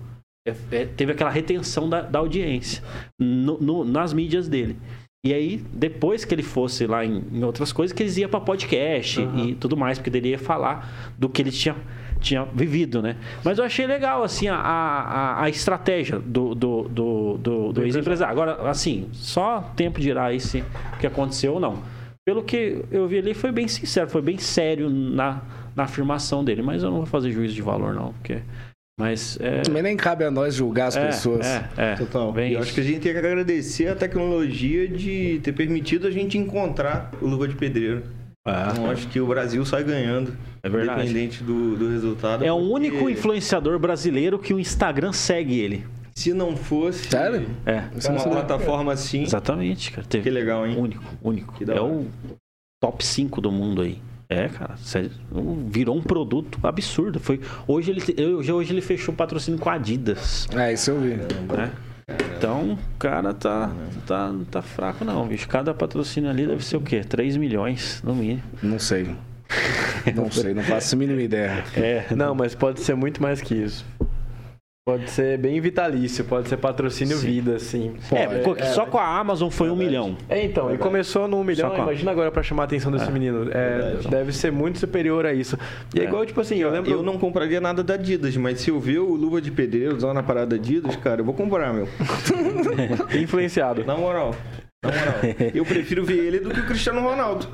S1: é, é, teve aquela retenção da, da audiência no- no- nas mídias dele. E aí, depois que ele fosse lá em, em outras coisas, que eles iam para podcast e tudo mais, porque ele ia falar do que ele tinha, tinha vivido, né? Mas eu achei legal, assim, a, a, a estratégia do, do, do, do, do ex-empresário. Agora, assim, só tempo dirá aí se o que aconteceu ou não. Pelo que eu vi ali, foi bem sincero, foi bem sério na, na afirmação dele. Mas eu não vou fazer juízo de valor, não, porque... Mas é...
S4: Também nem cabe a nós julgar as
S1: é,
S4: pessoas.
S1: É, é,
S3: Total.
S1: Bem
S3: E Então, eu
S1: isso.
S3: acho que a gente tem que agradecer a tecnologia de ter permitido a gente encontrar o Luva de Pedreiro.
S1: Ah.
S3: Então acho que o Brasil sai ganhando,
S1: É verdade.
S3: independente do, do resultado.
S1: É o
S3: porque
S1: único influenciador brasileiro que o Instagram segue ele.
S3: Se não fosse
S4: Sério?
S1: É.
S4: Isso não
S3: uma
S4: sabe.
S3: plataforma assim,
S1: Exatamente, cara.
S3: que
S1: Teve um
S3: legal, hein?
S1: único, único.
S3: Que da
S1: É
S3: hora.
S1: o top 5 do mundo aí. É, cara, sério, virou um produto absurdo. Foi hoje ele te- hoje, hoje ele fechou patrocínio com a Adidas,
S4: É, isso eu vi.
S1: né? Então, o cara tá tá não tá fraco não, bicho. Cada patrocínio ali deve ser o quê? 3 milhões no mínimo.
S4: Não sei. Não sei, não faço a mínima ideia.
S1: É,
S2: Não, mas pode ser muito mais que isso. Pode ser bem vitalício, pode ser patrocínio vida, assim.
S1: É, porque só com a Amazon foi um milhão.
S2: É, então, e começou no 1 milhão,
S1: Só com-
S2: imagina agora pra chamar a atenção desse menino. É, deve ser muito superior a isso. E é, igual, tipo assim, eu lembro.
S3: Eu não compraria nada da Adidas, mas se eu ver o Luva de Pedreiro lá na parada Adidas, cara, eu vou comprar, meu.
S2: *laughs* Influenciado.
S3: Na moral.
S1: *laughs*
S3: Na moral. Eu prefiro ver ele do que o Cristiano Ronaldo.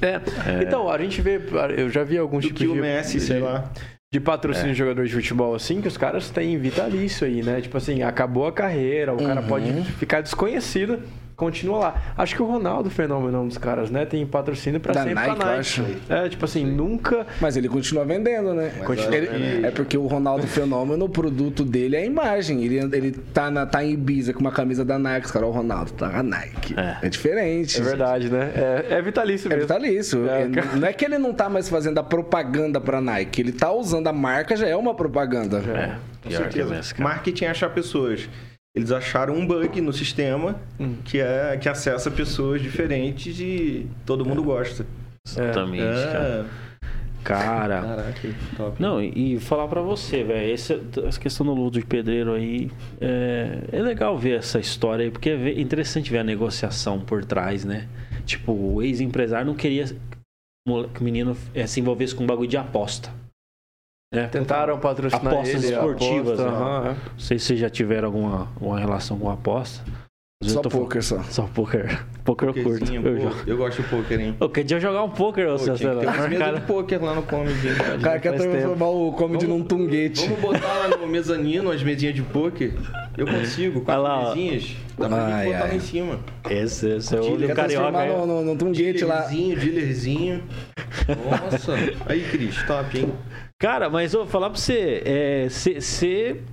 S2: É. Então, a gente vê, eu já vi alguns
S3: Do
S2: tipos
S3: que o
S2: de-
S3: Messi,
S2: de,
S3: sei lá.
S2: de patrocínio de jogador de futebol, assim, que os caras têm vitalício aí, né? Tipo assim, acabou a carreira, o cara pode ficar desconhecido, continua lá. Acho que o Ronaldo Fenômeno é um dos caras, né? Tem patrocínio pra
S4: Da
S2: sempre
S4: Nike,
S2: da
S4: eu
S2: Nike.
S4: acho.
S2: É, tipo assim, nunca...
S4: Mas ele continua vendendo, né?
S3: Continua
S4: Ele-
S3: vendendo.
S4: É porque o Ronaldo Fenômeno, o produto dele é a imagem. Ele, ele tá, na, tá em Ibiza com uma camisa da Nike. Os caras, o Ronaldo tá na Nike. É, diferente.
S2: É verdade, né? É, é vitalício
S4: É
S2: mesmo.
S4: vitalício.
S2: É,
S4: É,
S2: cara.
S4: Não é que ele não tá mais fazendo a propaganda pra Nike. Ele tá usando a marca, já é uma propaganda.
S1: É, pior
S3: Com
S1: que
S3: certeza.
S1: mesmo, cara.
S3: Marketing é achar pessoas. Eles acharam um bug no sistema que, é, que acessa pessoas diferentes e todo mundo gosta.
S1: Exatamente, cara.
S3: É.
S1: Cara.
S3: Caraca, top.
S1: Não, e e falar pra você, velho, esse- essa questão do Ludo de Pedreiro aí, é, é legal ver essa história aí, porque é ve- interessante ver a negociação por trás, né? Tipo, o ex-empresário não queria que o mole- que o menino eh, se envolvesse com um bagulho de aposta. Né?
S2: Tentaram patrocinar
S1: Apostas
S2: ele,
S1: esportivas,
S2: aposta,
S1: né?
S2: aham, é.
S1: Não sei se vocês já tiveram alguma, alguma relação com aposta. Às vezes
S4: Só
S1: eu tô falando-
S4: poker só.
S1: Só poker. Poker eu curto.
S3: Pokerzinho,
S1: Eu,
S3: pô,
S1: jogo.
S3: eu gosto de poker, hein?
S1: eu queria jogar um poker, ô
S3: Pô,
S1: Celso.
S3: tinha que ter umas mesas
S1: Cara,
S3: de poker lá no comedy.
S4: O cara quer
S2: faz tempo.
S4: transformar o comedy num tunguete.
S3: Vamos botar lá no mezanino as mesinhas de poker. Eu consigo, quatro
S1: Olha É. lá, ó.
S3: mesinhas. Dá pra
S4: Ai,
S3: gente botar
S4: ai.
S3: lá em cima.
S1: esse, esse é o
S4: Ele
S1: olho
S4: quer
S1: carioca.
S4: transformar
S1: aí.
S4: num, num, num
S1: Um
S4: tunguete lá.
S3: Dealerzinho, dealerzinho.
S1: *laughs*
S3: Nossa. Aí, Cris, top, hein?
S1: Cara, mas eu vou falar pra você, é, ser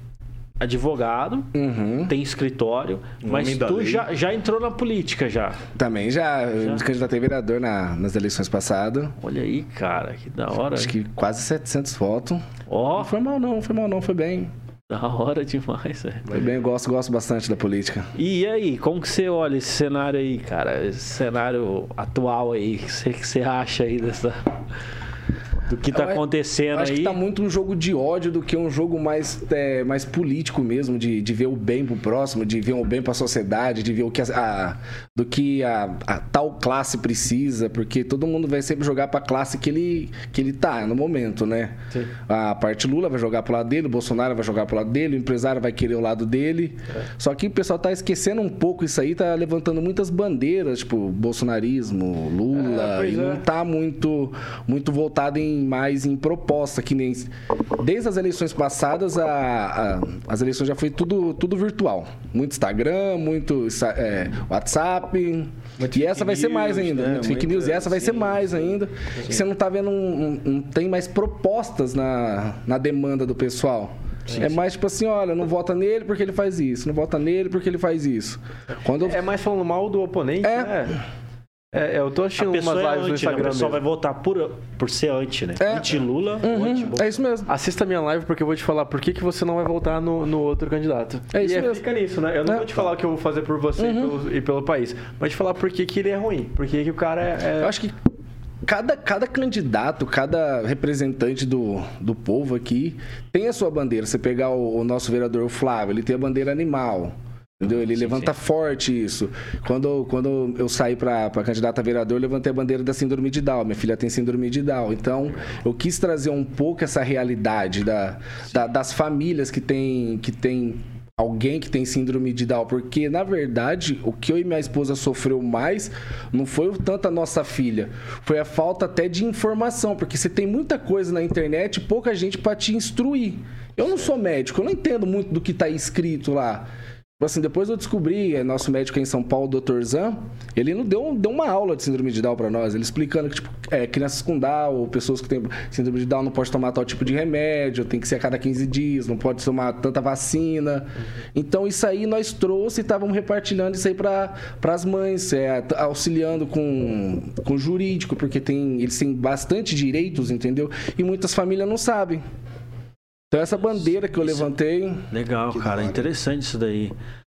S1: advogado,
S4: Uhum.
S1: tem escritório, mas
S3: da
S1: tu
S3: lei.
S1: já, já entrou na política já.
S4: Também já, eu me candidatei a vereador na- nas eleições passadas.
S1: Olha aí, cara, que da hora.
S4: Acho que quase 700 votos.
S1: Ó,
S4: Não foi mal não, foi mal não, foi bem.
S1: da hora demais, velho.
S4: Foi bem, eu gosto, gosto bastante da política.
S1: E aí, como que você olha esse cenário aí, cara? Esse cenário atual aí, o que você- que você acha aí dessa... Do que tá
S4: Eu a- Eu
S1: acontecendo
S4: acho
S1: aí?
S4: que tá muito um jogo de ódio do que um jogo mais, é, mais político mesmo, de, de ver o bem pro próximo, de ver o bem pra sociedade, de ver o que a, a- do que a, a tal classe precisa, porque todo mundo vai sempre jogar pra classe que ele, que ele tá no momento, né? A parte Lula vai jogar pro lado dele, o Bolsonaro vai jogar pro lado dele, o empresário vai querer o lado dele.
S2: É.
S4: Só que o pessoal tá esquecendo um pouco isso aí, tá levantando muitas bandeiras, tipo, bolsonarismo, Lula,
S2: É, pois
S4: e não
S2: é.
S4: tá muito muito voltado em mais em proposta que nem desde as eleições passadas a, a- as eleições já foi tudo tudo virtual muito Instagram muito sa- é, WhatsApp
S3: Muito
S4: e essa
S3: fake
S4: vai ser mais
S3: news,
S4: ainda
S3: né?
S4: muito fake
S3: Muita-
S4: news e essa vai ser
S3: sim,
S4: mais
S3: sim.
S4: ainda que você não tá vendo um- um- não tem mais propostas na, na demanda do pessoal é mais tipo assim, olha, não vota nele porque ele faz isso, não vota nele porque ele faz isso. Quando
S2: É mais falando mal do oponente,
S4: É.
S2: né? É, eu tô
S1: A
S2: assistindo umas
S1: pessoa é
S2: lives no
S1: anti, né? O
S2: Instagram
S1: pessoal
S2: mesmo.
S1: vai votar por, por ser anti, né?
S4: É.
S1: Anti-Lula,
S4: Uhum,
S1: anti-Bolsonaro.
S4: é isso mesmo.
S2: Assista a minha live porque eu vou te falar por que, que você não vai voltar no, no outro candidato.
S4: É isso
S2: e
S4: mesmo.
S2: fica nisso, né? Eu não
S4: É. Uhum.
S2: vou te falar o que eu vou fazer por você e, pelo, e pelo país, mas te falar por que, que ele é ruim, por que, que o cara é.
S4: Eu acho que cada, cada candidato, cada representante do, do povo aqui tem a sua bandeira. Você pegar o, o nosso vereador o Flávio, ele tem a bandeira animal. Entendeu? Ele levanta forte isso. Quando, quando eu saí para candidata a vereador, eu levantei a bandeira da síndrome de Down. Minha filha tem síndrome de Down. Então, eu quis trazer um pouco essa realidade da, da- das famílias que tem, que tem alguém que tem síndrome de Down, porque na verdade o que eu e minha esposa sofreu mais não foi o tanto a nossa filha, foi a falta até de informação, porque você tem muita coisa na internet e pouca gente pra te instruir. Eu não sou médico, eu não entendo muito do que tá escrito lá. Tipo Assim, depois eu descobri, é, nosso médico aí em São Paulo, o Dr. Zan, ele não deu, deu uma aula de síndrome de Down pra nós, ele explicando que tipo, é, crianças com Down, ou pessoas que têm síndrome de Down não pode tomar tal tipo de remédio, tem que ser a cada 15 dias, não pode tomar tanta vacina. Então isso aí nós trouxe e estávamos repartilhando isso aí para as mães, é, t- auxiliando com, com jurídico, porque tem, eles têm bastante direitos, entendeu? E muitas famílias não sabem. Então essa bandeira que eu levantei,
S1: Legal, cara. Interessante isso daí.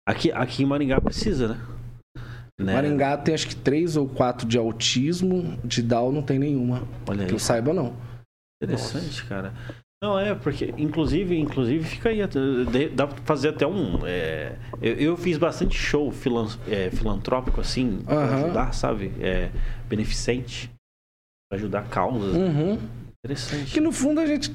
S1: Aqui, aqui em Maringá precisa, né? Né?
S4: Maringá tem acho que três ou quatro de autismo, de Down não tem nenhuma.
S1: Olha aí.
S4: Que eu saiba, não.
S1: Interessante, cara. Não, é, porque inclusive, inclusive fica aí. de- Dá pra fazer até um. é, eu, eu fiz bastante show filan- é, filantrópico, assim, pra
S4: Aham.
S1: ajudar, sabe? É, beneficente. Pra ajudar causas. né?
S4: Uhum.
S1: Interessante.
S4: Que no fundo a gente,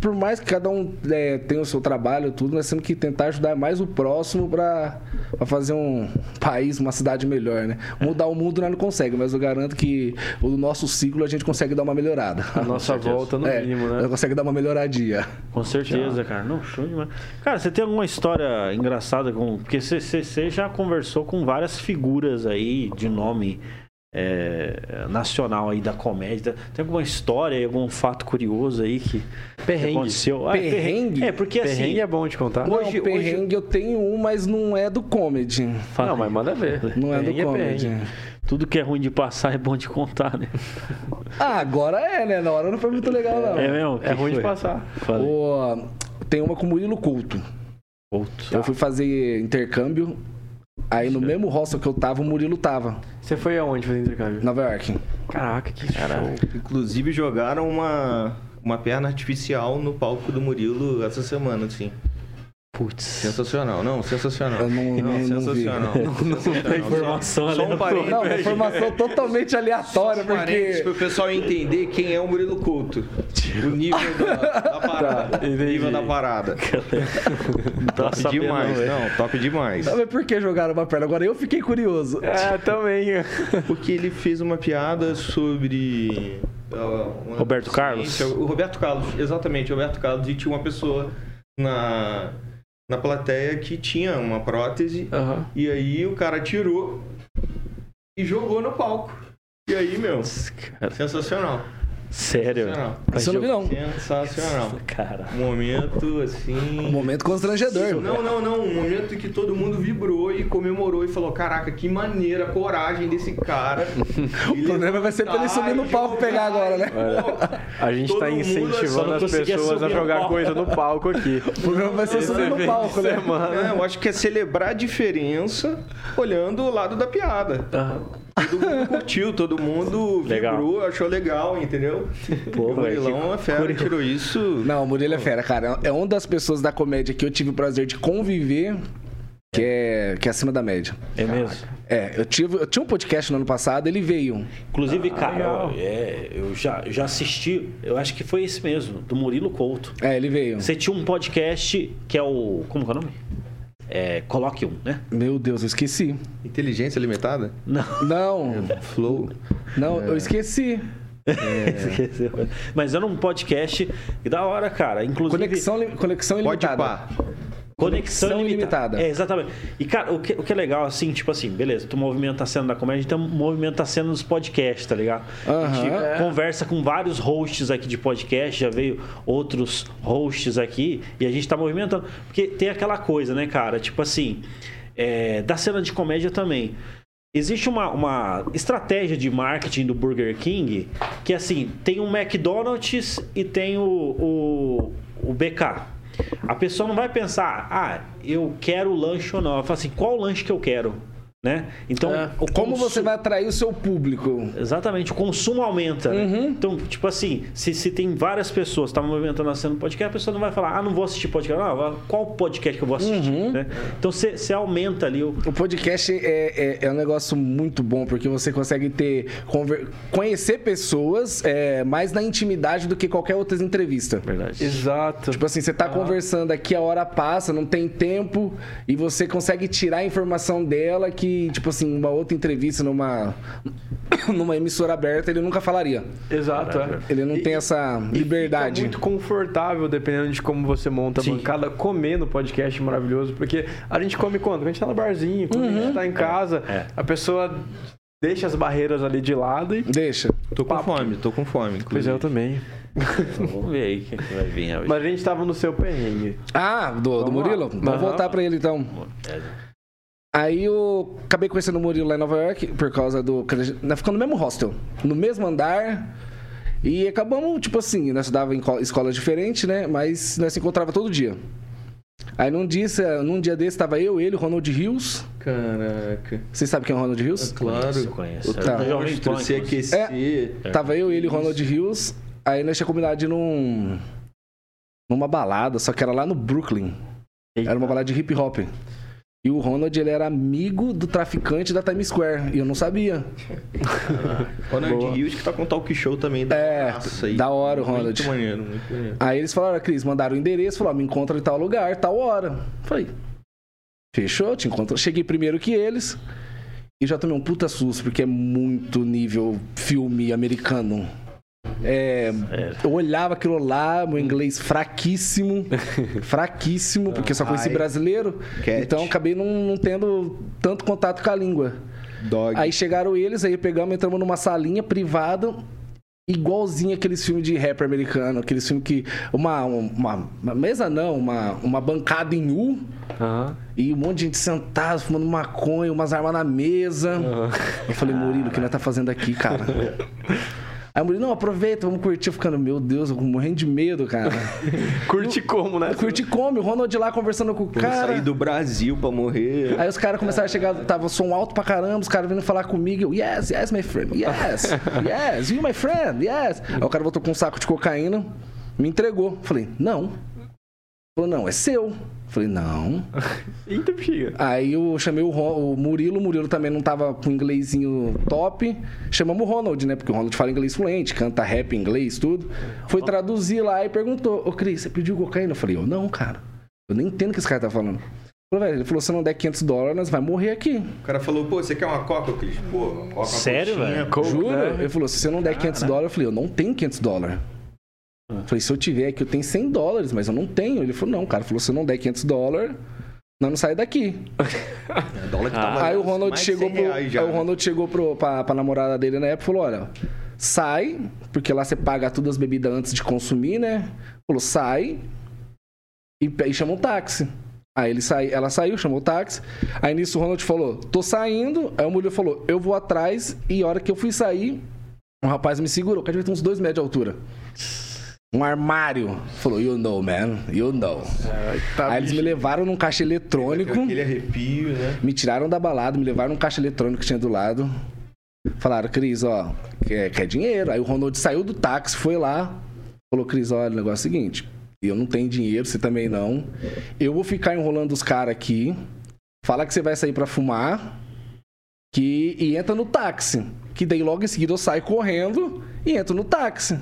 S4: por mais que cada um é, tenha o seu trabalho, tudo, nós temos que tentar ajudar mais o próximo pra pra fazer um *laughs* país, uma cidade melhor, né? Mudar o mundo nós não consegue, mas eu garanto que o nosso ciclo a gente consegue dar uma melhorada.
S2: A nossa
S1: certeza.
S2: volta, no
S4: É,
S2: mínimo,
S4: nós
S2: né?
S4: consegue dar uma melhoradinha.
S1: Com certeza, cara. Não, show demais. Cara, você tem alguma história engraçada com. Porque você- você você já conversou com várias figuras aí de nome é, nacional aí da comédia. Tem alguma história, algum fato curioso aí que
S2: Perrengue.
S1: aconteceu? Ah, é
S4: Perrengue?
S1: É, porque assim.
S2: Perrengue é bom de contar.
S4: Não,
S1: Hoje- hoje-
S4: perrengue eu tenho um, mas não é do comedy.
S1: Fala
S2: Não, mas
S1: aí.
S2: manda ver.
S4: Não é
S2: Perrengue
S4: do comedy.
S2: perrengue.
S1: Tudo que é ruim de passar é bom de contar, né?
S4: Ah, agora é, né? Na hora não foi muito legal, não.
S1: É mesmo?
S2: É ruim de passar.
S1: Falei.
S4: Ô, tem uma com o Murilo Couto.
S1: Tá.
S4: Eu fui fazer intercâmbio. Aí no mesmo hostel que eu tava, o Murilo tava.
S2: Você foi aonde fazer intercâmbio?
S4: Nova York.
S2: Caraca, que show.
S3: Inclusive jogaram uma, uma perna artificial no palco do Murilo essa semana, assim.
S1: Putz.
S3: Sensacional, não, sensacional.
S4: Eu não- não- não vi.
S1: *laughs*
S3: sensacional.
S1: tem informação
S3: Só um
S1: aleatória.
S3: parênteses.
S4: Não, uma formação totalmente aleatória,
S3: Parênteses pro
S4: porque.
S3: pessoal entender quem é o Murilo Couto. O nível da, da parada.
S2: Tá,
S3: o
S2: entendi.
S3: nível da parada.
S1: Tá
S3: Top
S1: sabendo,
S3: demais.
S1: velho.
S3: Não, top demais.
S4: Sabe por que jogaram uma perna? Agora eu fiquei curioso.
S2: É, também.
S3: Porque ele fez uma piada sobre. ah, uma
S1: Roberto
S3: deficiência.
S1: Carlos?
S3: O Roberto Carlos, exatamente, o Roberto Carlos. E tinha uma pessoa na, na plateia que tinha uma prótese.
S2: Aham.
S3: E aí o cara tirou e jogou no palco. E aí, meu,
S1: Cara,
S3: sensacional.
S1: Sério?
S3: Sensacional.
S4: Isso eu não vi, não.
S3: Sensacional.
S1: Cara.
S3: Um momento assim.
S4: Um momento constrangedor.
S3: Não, não, não. Um momento que todo mundo vibrou e comemorou e falou: Caraca, que maneira, a coragem desse cara.
S4: *laughs* O problema vai ser pra ele subir no palco pegar agora, né?
S2: A gente
S3: Todo
S2: tá
S3: mundo
S1: só
S2: incentivando
S1: não
S2: as
S1: conseguia
S2: pessoas a
S1: subir no
S2: jogar
S1: palco.
S2: coisa no palco aqui.
S4: O problema vai ser subir no palco, né?
S3: É, eu acho que é celebrar a diferença olhando o lado da piada. Todo mundo
S4: *laughs*
S3: curtiu, todo mundo
S1: Legal.
S3: vibrou, achou legal, entendeu?
S1: Pô,
S3: o
S1: velho,
S3: Murilão é fera, tirou isso.
S4: Não, o Murilo é fera, cara. É uma das pessoas da comédia que eu tive o prazer de conviver, que é, que é acima da média.
S1: É mesmo?
S4: É, eu, tive, eu tinha um podcast no ano passado, ele veio.
S1: Inclusive, cara,
S2: legal.
S1: eu, é, eu já, eu já assisti, eu acho que foi esse mesmo, do Murilo Couto.
S4: É, ele veio.
S1: Você tinha um podcast que é o. Como que é o nome? É, Coloque um, né?
S4: Meu Deus, eu esqueci.
S3: Inteligência limitada?
S4: Não,
S3: Flow.
S4: não, eu esqueci.
S1: *laughs* Esqueceu. Mas era um podcast que da hora, cara. Inclusive.
S4: Conexão, li- conexão
S3: Pode
S4: ilimitada.
S3: pá.
S1: Conexão
S4: Conexão
S1: ilimitada.
S4: ilimitada.
S1: É, exatamente. E, cara, o que, o que é legal, assim, tipo assim, beleza, tu movimenta a cena da comédia, então movimenta a cena dos podcasts, tá ligado? A gente
S4: Aham.
S1: conversa com vários hosts aqui de podcast, já veio outros hosts aqui, e a gente tá movimentando. Porque tem aquela coisa, né, cara? Tipo assim, é, da cena de comédia também. Existe uma, uma estratégia de marketing do Burger King que, assim, tem o McDonald's e tem o, o, o BK. A pessoa não vai pensar, ah, eu quero o lanche ou não. Ela fala assim, qual lanche que eu quero? Né? Então,
S2: É.
S1: o
S4: Como você
S1: consu-
S4: vai atrair o seu público?
S1: Exatamente, o consumo aumenta. né?
S4: Uhum.
S1: Então, tipo assim, se, se tem várias pessoas que tá movimentando a cena do podcast, a pessoa não vai falar, ah, não vou assistir podcast. Não, qual podcast que eu vou assistir? Né? Então, você você aumenta ali o.
S4: O podcast é, é- é um negócio muito bom, porque você consegue ter conver- conhecer pessoas é, mais na intimidade do que qualquer outra entrevista.
S1: Verdade.
S2: Exato.
S4: Tipo assim, você tá conversando aqui, a hora passa, não tem tempo, e você consegue tirar a informação dela que, tipo assim, uma outra entrevista numa, *coughs* numa emissora aberta, ele nunca falaria.
S2: Exato, é.
S4: Ele não
S2: E-
S4: tem essa
S2: e fica
S4: liberdade.
S2: muito confortável, dependendo de como você monta a
S1: Sim.
S2: bancada, comendo podcast maravilhoso, porque a gente come quando? Quando a gente tá no barzinho, quando
S4: Uhum.
S2: a gente tá em casa,
S1: É.
S2: a pessoa deixa as barreiras ali de lado e.
S4: Deixa.
S3: Tô com fome, tô com fome.
S2: Pois é, eu também.
S1: Então, vamos ver aí o que que vai vir hoje.
S2: Mas a gente tava no seu perrengue.
S4: Ah, do, do
S2: Vamos lá.
S4: Murilo? Vamos
S2: Aham.
S4: voltar pra ele então.
S1: É,
S4: Aí eu acabei conhecendo o Murilo lá em Nova York por causa do. Nós ficamos né, no mesmo hostel, no mesmo andar. E acabamos, tipo assim, nós estudávamos em co- escolas diferentes, né? Mas nós se encontrava todo dia. Aí num dia, num dia desse tava eu, ele, o Ronald Hills.
S3: Caraca.
S4: Vocês sabem quem é o Ronald Hills?
S3: Claro.
S1: eu conheço.
S3: Eu
S1: Era
S3: tô
S1: da Jovem
S3: monstro,
S1: Pan,
S3: se
S1: inclusive.
S4: É.
S3: aquecer. É,
S4: Tava eu, ele e o Ronald Hills. Aí nós tinha combinado de ir num. numa balada, só que era lá no Brooklyn. Era uma balada de hip hop. E o Ronald, ele era amigo do traficante da Times Square. E eu não sabia.
S3: Ronald Hughes que tá com talk show também. Da
S4: É,
S3: praça aí.
S4: da hora o Ronald.
S3: Muito maneiro, muito maneiro.
S4: Aí eles falaram, "Ah, Cris, mandaram o endereço, falaram, me encontra em tal lugar, tal hora. Falei, fechou, te encontro. Cheguei primeiro que eles e já tomei um puta susto, porque é muito nível filme americano. É, eu olhava aquilo lá, meu inglês fraquíssimo, fraquíssimo, porque só conheci
S3: Ai.
S4: brasileiro.
S3: Cat.
S4: Então acabei não, não tendo tanto contato com a língua.
S3: Dog.
S4: Aí chegaram eles, aí pegamos, entramos numa salinha privada, igualzinho aqueles filmes de rapper americano, aqueles filmes que. Uma, uma, uma mesa não, uma, uma bancada em U
S2: Aham.
S4: e um monte de gente sentado, fumando maconha, umas armas na mesa. Eu falei, Murilo, o que nós tá fazendo aqui, cara? Aí o Murilo, não, aproveita, vamos curtir. Eu Ficando, meu Deus, eu morrendo de medo, cara.
S2: Curte como, né?
S4: Eu Curti come, o Ronald lá conversando com o cara.
S3: Saí do Brasil pra morrer.
S4: Aí os caras começaram a chegar, tava um som alto pra caramba, os caras vindo falar comigo, eu, yes, yes, my friend, yes, yes, you my friend, yes. Aí o cara voltou com um saco de cocaína, me entregou. Falei, não. Falou, não, é seu. Falei, não.
S2: Eita, bexiga.
S4: Aí eu chamei o, Ron- o Murilo, o Murilo também não tava com inglesinho top. Chamamos o Ronald, né? Porque o Ronald fala inglês fluente, canta rap em inglês, tudo. Foi traduzir lá e perguntou: Ô Cris, você pediu cocaína? Eu falei: Eu não, cara. Eu nem entendo o que esse cara tá falando. Falou, velho, ele falou: se não der 500 dólares, nós vai morrer aqui.
S3: O cara falou, pô, você quer uma coca, Cris? Pô, uma coca, uma
S1: Sério,
S3: coxinha,
S1: velho?
S2: Coke,
S4: Juro?
S2: né?
S4: Ele falou: se você não der 500 dólares, eu falei: Eu não tenho 500 dólares.
S2: Ah.
S4: Eu Falei, se eu tiver aqui, eu tenho 100 dólares, mas eu não tenho. Ele falou, não, cara. Ele Falou, se não der 500 dólares, nós não sai daqui.
S3: Dólar que tava
S4: Aí o Ronald
S3: mais de
S4: chegou,
S3: 100
S4: pro,
S3: reais já. né?
S4: aí o Ronald chegou pro, pra, pra namorada dele na época e falou: olha, sai, porque lá você paga todas as bebidas antes de consumir, né? Falou, sai e, pe- e chama um táxi. Aí ele sai, ela saiu, chamou o táxi. Aí nisso o Ronald falou: tô saindo. Aí o Murilo falou: eu vou atrás. E a hora que eu fui sair, um rapaz me segurou, que devia ter uns dois metros de altura. Um armário. Falou, you know, man, you know.
S2: Tá,
S4: Aí eles me levaram num caixa eletrônico.
S3: Deu Aquele arrepio, né?
S4: Me tiraram da balada, me levaram num caixa eletrônico que tinha do lado. Falaram, Cris, ó, quer, quer dinheiro. Aí o Ronald saiu do táxi, foi lá, falou, Cris, olha, o negócio é o seguinte, eu não tenho dinheiro, você também não. Eu vou ficar enrolando os caras aqui. Fala que você vai sair pra fumar. Que, e entra no táxi. Que daí logo em seguida eu saio correndo e entro no táxi.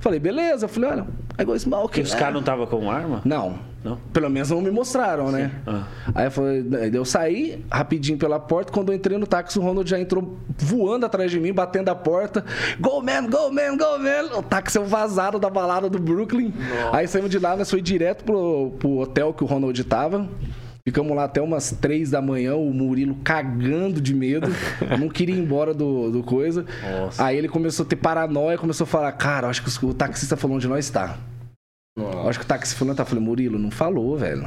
S4: Falei, beleza. Eu falei, olha, é I go smoke.
S1: Porque os caras não estavam com arma?
S4: né?" Não.
S1: Não?
S4: Pelo menos não me mostraram, né?
S1: Ah.
S4: Aí eu, falei, daí eu saí rapidinho pela porta. Quando eu entrei no táxi, o Ronald já entrou voando atrás de mim, batendo a porta. Go, man, go, man, go, man. O táxi é um vazado da balada do Brooklyn. Aí saímos de lá, nós foi direto pro, pro hotel que o Ronald tava. Ficamos lá até umas três da manhã, o Murilo cagando de medo. não queria ir embora do, do coisa.
S1: Nossa.
S4: Aí ele começou a ter paranoia, começou a falar: Cara, acho que o taxista falou onde nós tá. Eu Acho que o táxi fulano tá. Eu Falei, Murilo, não falou, velho.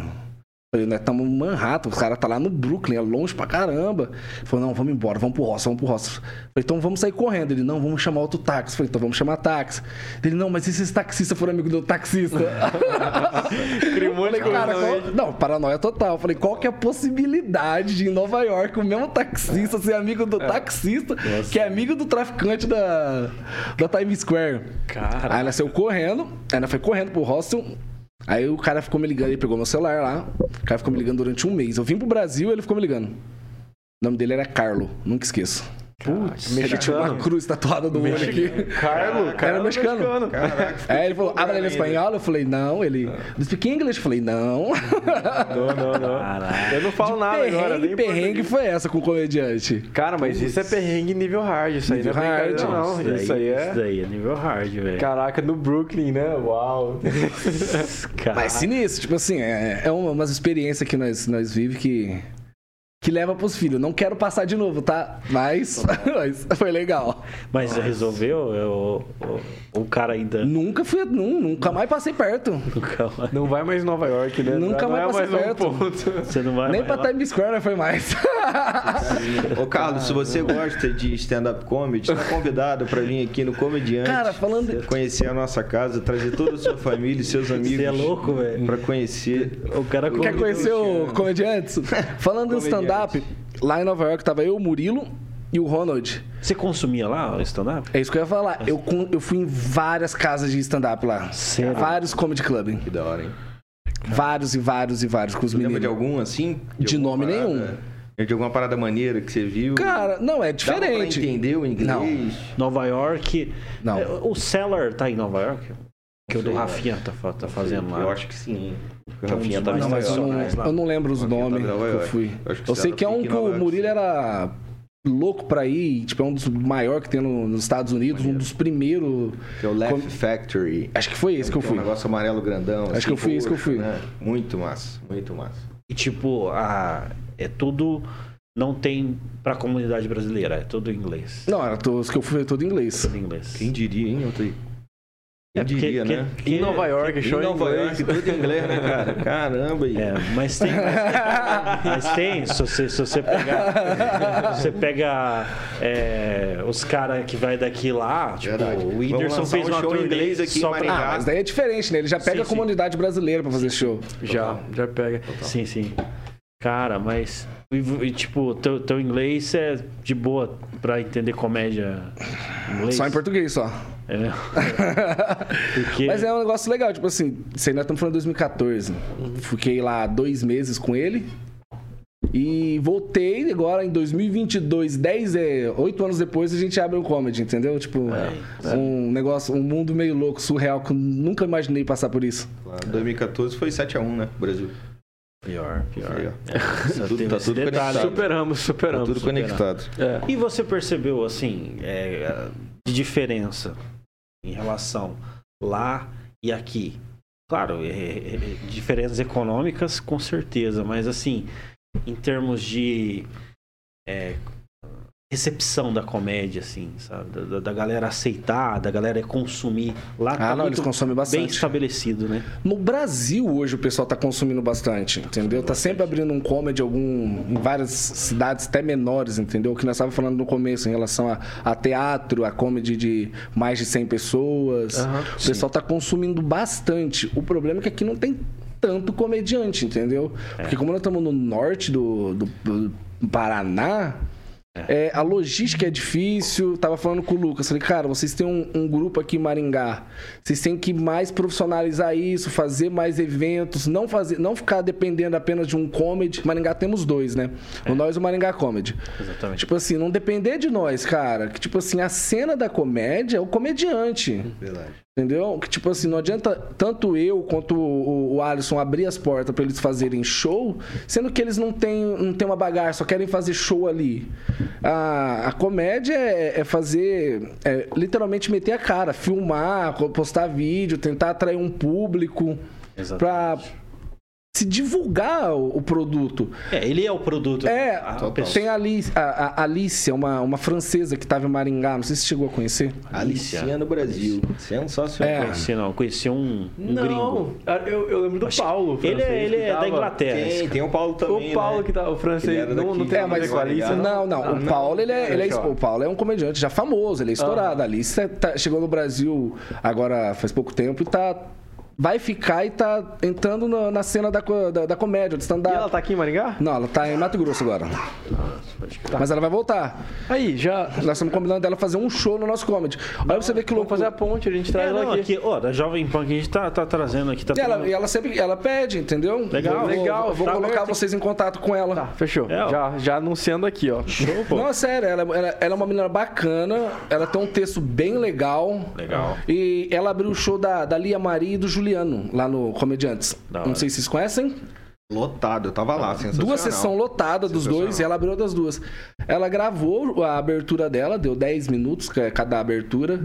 S4: Eu Falei, nós estamos em Manhattan, os caras tá lá no Brooklyn, é longe pra caramba. Ele Falou, não, vamos embora, vamos pro roça, vamos pro roça. Eu Falei, então vamos sair correndo. Ele, não, vamos chamar outro táxi. Eu Falei, então vamos chamar táxi. Ele, não, mas e se esse taxista for amigo do taxista?
S2: Cria um monte de
S4: Falei, cara,
S2: coisa.
S4: qual... não, paranoia total. Falei, qual que é a possibilidade de em Nova York o mesmo taxista ser amigo do taxista, que é amigo do traficante da, da Times Square?
S1: Cara.
S4: Aí ela saiu correndo, aí ela foi correndo pro hostel. Aí o cara ficou me ligando, ele pegou meu celular lá. O cara ficou me ligando durante um mês. Eu vim pro Brasil ele ficou me ligando. O nome dele era Carlo, nunca esqueço.
S2: Putz,
S4: Ele tinha uma cruz tatuada no olho aqui.
S2: Carlo, cara
S4: Era mexicano.
S3: Caraca,
S4: Aí ele falou, habla em espanhol? Eu falei, não. Ele, do speak English? Eu falei, não.
S2: Não, não, não.
S1: Caralho.
S2: Eu não falo
S4: *laughs*
S2: nada Ah, agora.
S4: perrengue
S2: nem
S4: perrengue foi essa com o comediante.
S2: Cara, mas isso é perrengue nível hard, isso aí
S4: Nível
S2: não é brincadeira,
S4: hard,
S2: não.
S1: Isso,
S2: Isso aí
S1: Isso
S2: é.
S1: daí é nível hard, velho.
S2: Caraca, no Brooklyn, né? Uau.
S1: Cara.
S4: Mas sinistro, tipo assim, é, é uma, umas experiência que nós, nós vivemos que, que leva pros filhos. Não quero passar de novo, tá? Mas, *laughs* mas foi legal.
S1: Mas resolveu? Eu- o, o cara ainda.
S4: Nunca fui, nu- nunca mais passei perto.
S1: Calma.
S2: Não vai mais em Nova York, né?
S4: Nunca
S2: não
S4: vai
S2: é
S4: passar
S2: mais um
S4: perto.
S2: ponto.
S1: Você não vai.
S4: Nem
S1: mais
S4: pra
S1: lá?
S4: Times Square não foi
S1: *laughs*
S4: mais.
S3: Ô, Carlos, se você gosta de stand-up comedy, tá convidado pra vir aqui no Comediante.
S4: Cara, falando.
S3: Conhecer a nossa casa, trazer toda a sua família e seus amigos.
S1: Você é louco, velho.
S3: Pra conhecer.
S1: O cara
S4: Quer
S1: convidou-
S4: conhecer o comediante? Falando em
S3: Comediante.
S4: stand-up, lá em Nova York tava eu, o Murilo, e o Ronald.
S1: Você consumia lá o stand-up?
S4: É isso que eu ia falar. Eu, con- eu fui em várias casas de stand-up lá.
S1: Sério?
S4: Vários comedy club. hein?
S3: Que da hora, hein?
S4: Vários e vários e vários com os
S3: Você lembra de
S4: meninos.
S3: algum assim?
S4: De
S3: alguma
S4: nome
S3: parada?
S4: nenhum.
S3: É De alguma parada maneira que você viu?
S4: Cara, não, é
S3: Dava pra
S4: diferente.
S3: entender o inglês?
S4: Não.
S1: Nova York.
S4: Não.
S1: É, O Seller tá em Nova York? Que o do
S3: Sei lá.
S1: Rafinha tá, fa- tá fazendo lá.
S3: Eu acho que sim. Porque o
S1: Tinha um
S3: Rafinha tá
S1: dos
S3: assim, tava em
S1: mais
S4: Não,
S3: Nova
S4: mas eu,
S3: York.
S4: não,
S1: tradicionais lá.
S4: eu não lembro os
S3: Aqui em
S4: nomes que
S3: Nova
S4: eu
S3: York.
S4: fui.
S3: Acho que
S4: Eu sei
S3: era
S4: que é um
S3: Pique
S4: que o
S3: Nova York,
S4: Murilo
S3: sim.
S4: era louco pra ir, tipo, é um dos maiores que tem no- nos Estados Unidos, um dos primeiros.
S3: Que é o Laugh
S4: Com-
S3: Factory.
S4: Acho que foi esse É que eu
S3: Tem
S4: fui.
S3: Um negócio amarelo grandão. assim, né?
S4: Acho que eu fui, esse que eu fui.
S3: Muito massa, muito massa.
S1: E tipo, a... é tudo. Não tem pra comunidade brasileira, é tudo em inglês.
S4: Não, era to- os que eu fui é todo em inglês.
S1: Tudo em inglês.
S3: Quem diria, hein, Altair? Quem
S1: É, porque-
S3: diria,
S1: que-
S3: né?
S1: que-
S2: Em Nova York, show
S3: em
S2: em
S3: Nova
S2: inglês.
S3: York, tudo em inglês, né, cara?
S1: *laughs*
S3: Caramba, e...
S1: É, mas tem. Mas tem, se você, se você pegar. Se você pega é, os caras que vai daqui lá, tipo,
S3: Verdade.
S1: o
S3: Vamos
S1: Whindersson
S3: lançar
S1: fez
S3: um
S1: uma
S3: show em
S1: turnê
S3: inglês aqui em
S1: só pra.
S3: Maringá.
S4: Ah, mas daí é diferente, né? Ele já pega
S1: Sim,
S4: a
S1: sim.
S4: comunidade brasileira pra fazer esse show.
S2: *laughs* Já, já pega.
S4: Então.
S1: Sim, sim. Cara, mas. E, e, tipo, teu, teu inglês é de boa pra entender comédia em inglês.
S4: Só em português, só.
S1: É, né? Porque.
S4: Mas é um negócio legal, tipo assim, isso aí nós estamos falando de 2014. Fiquei lá dois meses com ele. E voltei agora em 2022, 10, é, 8 anos depois, a gente abre um comedy, entendeu? Tipo, um negócio, um mundo meio louco, surreal, que eu nunca imaginei passar por isso.
S3: Lá, 2014 foi 7x1, né, Brasil?
S1: Pior, pior. um
S3: Aí, ó.
S1: Só
S3: Tudo-
S1: teve
S3: tá
S1: esse
S3: tudo
S1: detalhe.
S3: conectado.
S2: Superamos,
S3: Tá
S2: superamos.
S3: tudo
S1: né?
S3: conectado.
S2: É.
S1: E você percebeu, assim, é, de diferença em relação lá e aqui? Claro, é, é, é, diferenças econômicas, com certeza, mas assim, em termos de é, recepção da comédia, assim, sabe? Da, da- da galera aceitar, da galera consumir. Lá
S4: Ah,
S1: tá
S4: não, eles
S1: muito
S4: consomem
S1: bem
S4: bastante.
S1: estabelecido, né?
S4: No Brasil hoje o pessoal tá consumindo bastante, entendeu? Tá sempre abrindo um comedy algum em várias cidades até menores, entendeu? O que nós estávamos falando no começo em relação a, a teatro, a comedy de mais de 100 pessoas.
S2: Aham,
S4: o pessoal tá consumindo bastante. O problema é que aqui não tem tanto comediante, entendeu? Porque como nós estamos no norte do, do- do Paraná, é, a logística é difícil. Tava falando com o Lucas. Falei, cara, vocês têm um, um grupo aqui em Maringá. Vocês têm que mais profissionalizar isso, fazer mais eventos, não, fazer, não ficar dependendo apenas de um comedy. Maringá temos dois, né? O Nós e o Maringá Comedy.
S1: Exatamente.
S4: Tipo assim, não depender de nós, cara. Que, tipo assim, a cena da comédia é o comediante.
S3: Verdade.
S4: Entendeu? Que tipo assim, não adianta tanto eu quanto o, o Alisson abrir as portas pra eles fazerem show, sendo que eles não têm, não têm uma bagagem, só querem fazer show ali. A, a comédia é, é fazer, é literalmente meter a cara, filmar, co- postar vídeo, tentar atrair um público Tipo, pra se divulgar o, o produto.
S1: É, ele é o produto.
S4: É,
S1: a
S3: total.
S1: pessoa-
S4: Tem a, Alice, a, a Alicia, uma, uma francesa que tava em Maringá, não sei se chegou a conhecer.
S3: Alicia no Brasil.
S4: É.
S3: Sensacional.
S1: Conheci, não, conheci um, um gringo.
S2: Não, eu, eu lembro do Paulo.
S1: Ele é,
S2: francês,
S1: ele
S2: que
S1: é da
S2: tava-
S1: Inglaterra. esse
S3: Tem, tem o Paulo também,
S2: O Paulo
S3: né?
S2: que tá, o
S3: Ele
S2: francês,
S3: era
S2: não, não
S3: daqui,
S2: tem
S3: né?
S2: a ver com a Alice,
S3: Ah,
S4: É, Não, não.
S2: Ah,
S4: o Paulo, ele é, ele é-
S2: Deixa eu-
S4: o Paulo é um comediante já famoso, ele é estourado. A Alice tá- chegou no Brasil agora faz pouco tempo e tá. Vai ficar e tá entrando na, na cena da, co- da, da comédia,
S2: E ela
S4: do stand-up.
S2: tá Ah, aqui em Maringá?
S4: Não, ela tá em Mato Grosso agora. Mas ela vai voltar.
S2: Aí, já.
S4: Nós estamos combinando dela fazer um show no nosso comedy. Olha pra você ver que
S2: Vamos
S4: louco.
S2: fazer a ponte, a gente
S1: É,
S2: traz
S1: não,
S2: ela aqui.
S1: aqui, ó, da Jovem Pan que a gente tá, tá trazendo aqui, tá
S4: E ela,
S1: tendo-
S4: e ela sempre ela pede, entendeu?
S1: Legal,
S4: Eu vou,
S2: legal,
S4: Vou
S2: tá
S4: colocar
S2: aberto.
S4: vocês em contato com ela.
S2: Tá, fechou.
S1: É, ó.
S2: já, já anunciando aqui, ó.
S1: Show, pô.
S4: Não, é sério, ela, ela- ela é uma menina bacana, ela tem um texto bem legal.
S1: Legal.
S4: E ela abriu o show da, da Lia Maria e do Juliano, lá no Comediantes.
S1: Da
S4: Não
S1: hora.
S4: sei se vocês conhecem.
S3: Lotado, eu tava lá, sensacional.
S4: Duas sessões lotadas dos dois e ela abriu das duas. Ela gravou a abertura dela, deu 10 minutos ca- cada abertura.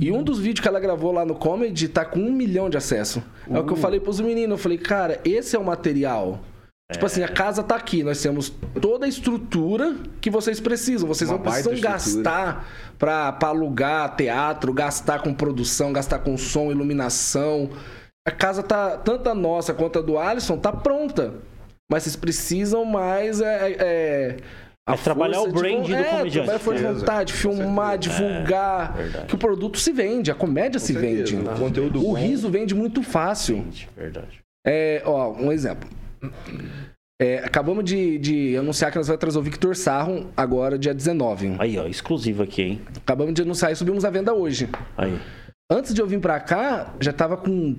S4: E um dos vídeos que ela gravou lá no Comedy tá com um milhão de acesso. É o
S1: Uh.
S4: que eu falei pros meninos. Eu falei, cara, esse é o material.
S1: É.
S4: Tipo assim, a casa tá aqui, nós temos toda a estrutura que vocês precisam. Vocês
S3: Uma
S4: não precisam
S3: baita estrutura.
S4: gastar pra, pra alugar teatro, gastar com produção, gastar com som, iluminação. A casa tá, tanto a nossa quanto a do Alisson, tá pronta. Mas vocês precisam mais. É, é, a
S1: É trabalhar
S4: força
S1: o
S4: de
S1: brand
S4: vo-
S1: do
S4: é,
S1: comediante. É,
S4: Trabalhar a força de
S3: Certeza,
S4: vontade,
S3: com
S4: filmar, divulgar.
S1: verdade.
S4: que o produto se vende, a comédia se
S3: certeza,
S4: vende.
S3: o conteúdo
S4: o
S3: bom.
S4: riso vende muito fácil.
S1: Gente, Verdade.
S4: É, ó, um exemplo. É, acabamos de, de anunciar que nós vamos trazer o Victor Sarro agora, dia 19.
S1: Aí, ó, exclusivo aqui, hein?
S4: Acabamos de anunciar e subimos a venda hoje.
S1: Aí.
S4: Antes de eu vir pra cá, já tava com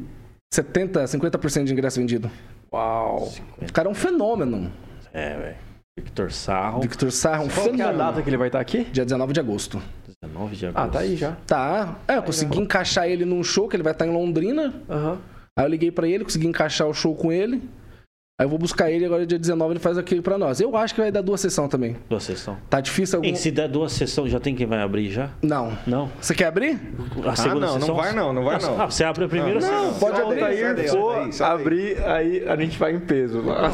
S4: 70, 50% de ingresso vendido.
S2: Uau.
S4: O cara é um fenômeno.
S1: É, velho. Victor Sarro,
S4: Victor Sarro, um
S2: Qual que é a
S4: fenômeno.
S2: data que ele vai estar aqui?
S4: Dia 19 de agosto.
S1: 19 de agosto.
S2: Ah, tá aí já.
S4: Tá. É, eu consegui encaixar ele num show, que ele vai estar em Londrina.
S2: Aham.
S4: Aí eu liguei pra ele, consegui encaixar o show com ele. Aí eu vou buscar ele agora dia 19, ele faz aquilo pra nós. Eu acho que vai dar duas sessões também.
S1: Duas sessões.
S4: Tá difícil algum...
S1: Ei, se der duas sessões, já tem quem vai abrir já?
S4: Não.
S1: Não?
S4: Você quer abrir?
S1: A
S3: Ah,
S1: segunda
S3: não,
S1: sessão?
S3: não vai não, não vai
S1: Ah,
S3: não.
S1: você abre a primeira
S3: Não,
S1: sessão.
S3: pode
S2: Se o
S3: abrir,
S2: Altair
S3: sai daí,
S2: for
S3: sai daí, sai daí.
S2: abrir, aí a gente vai em peso lá.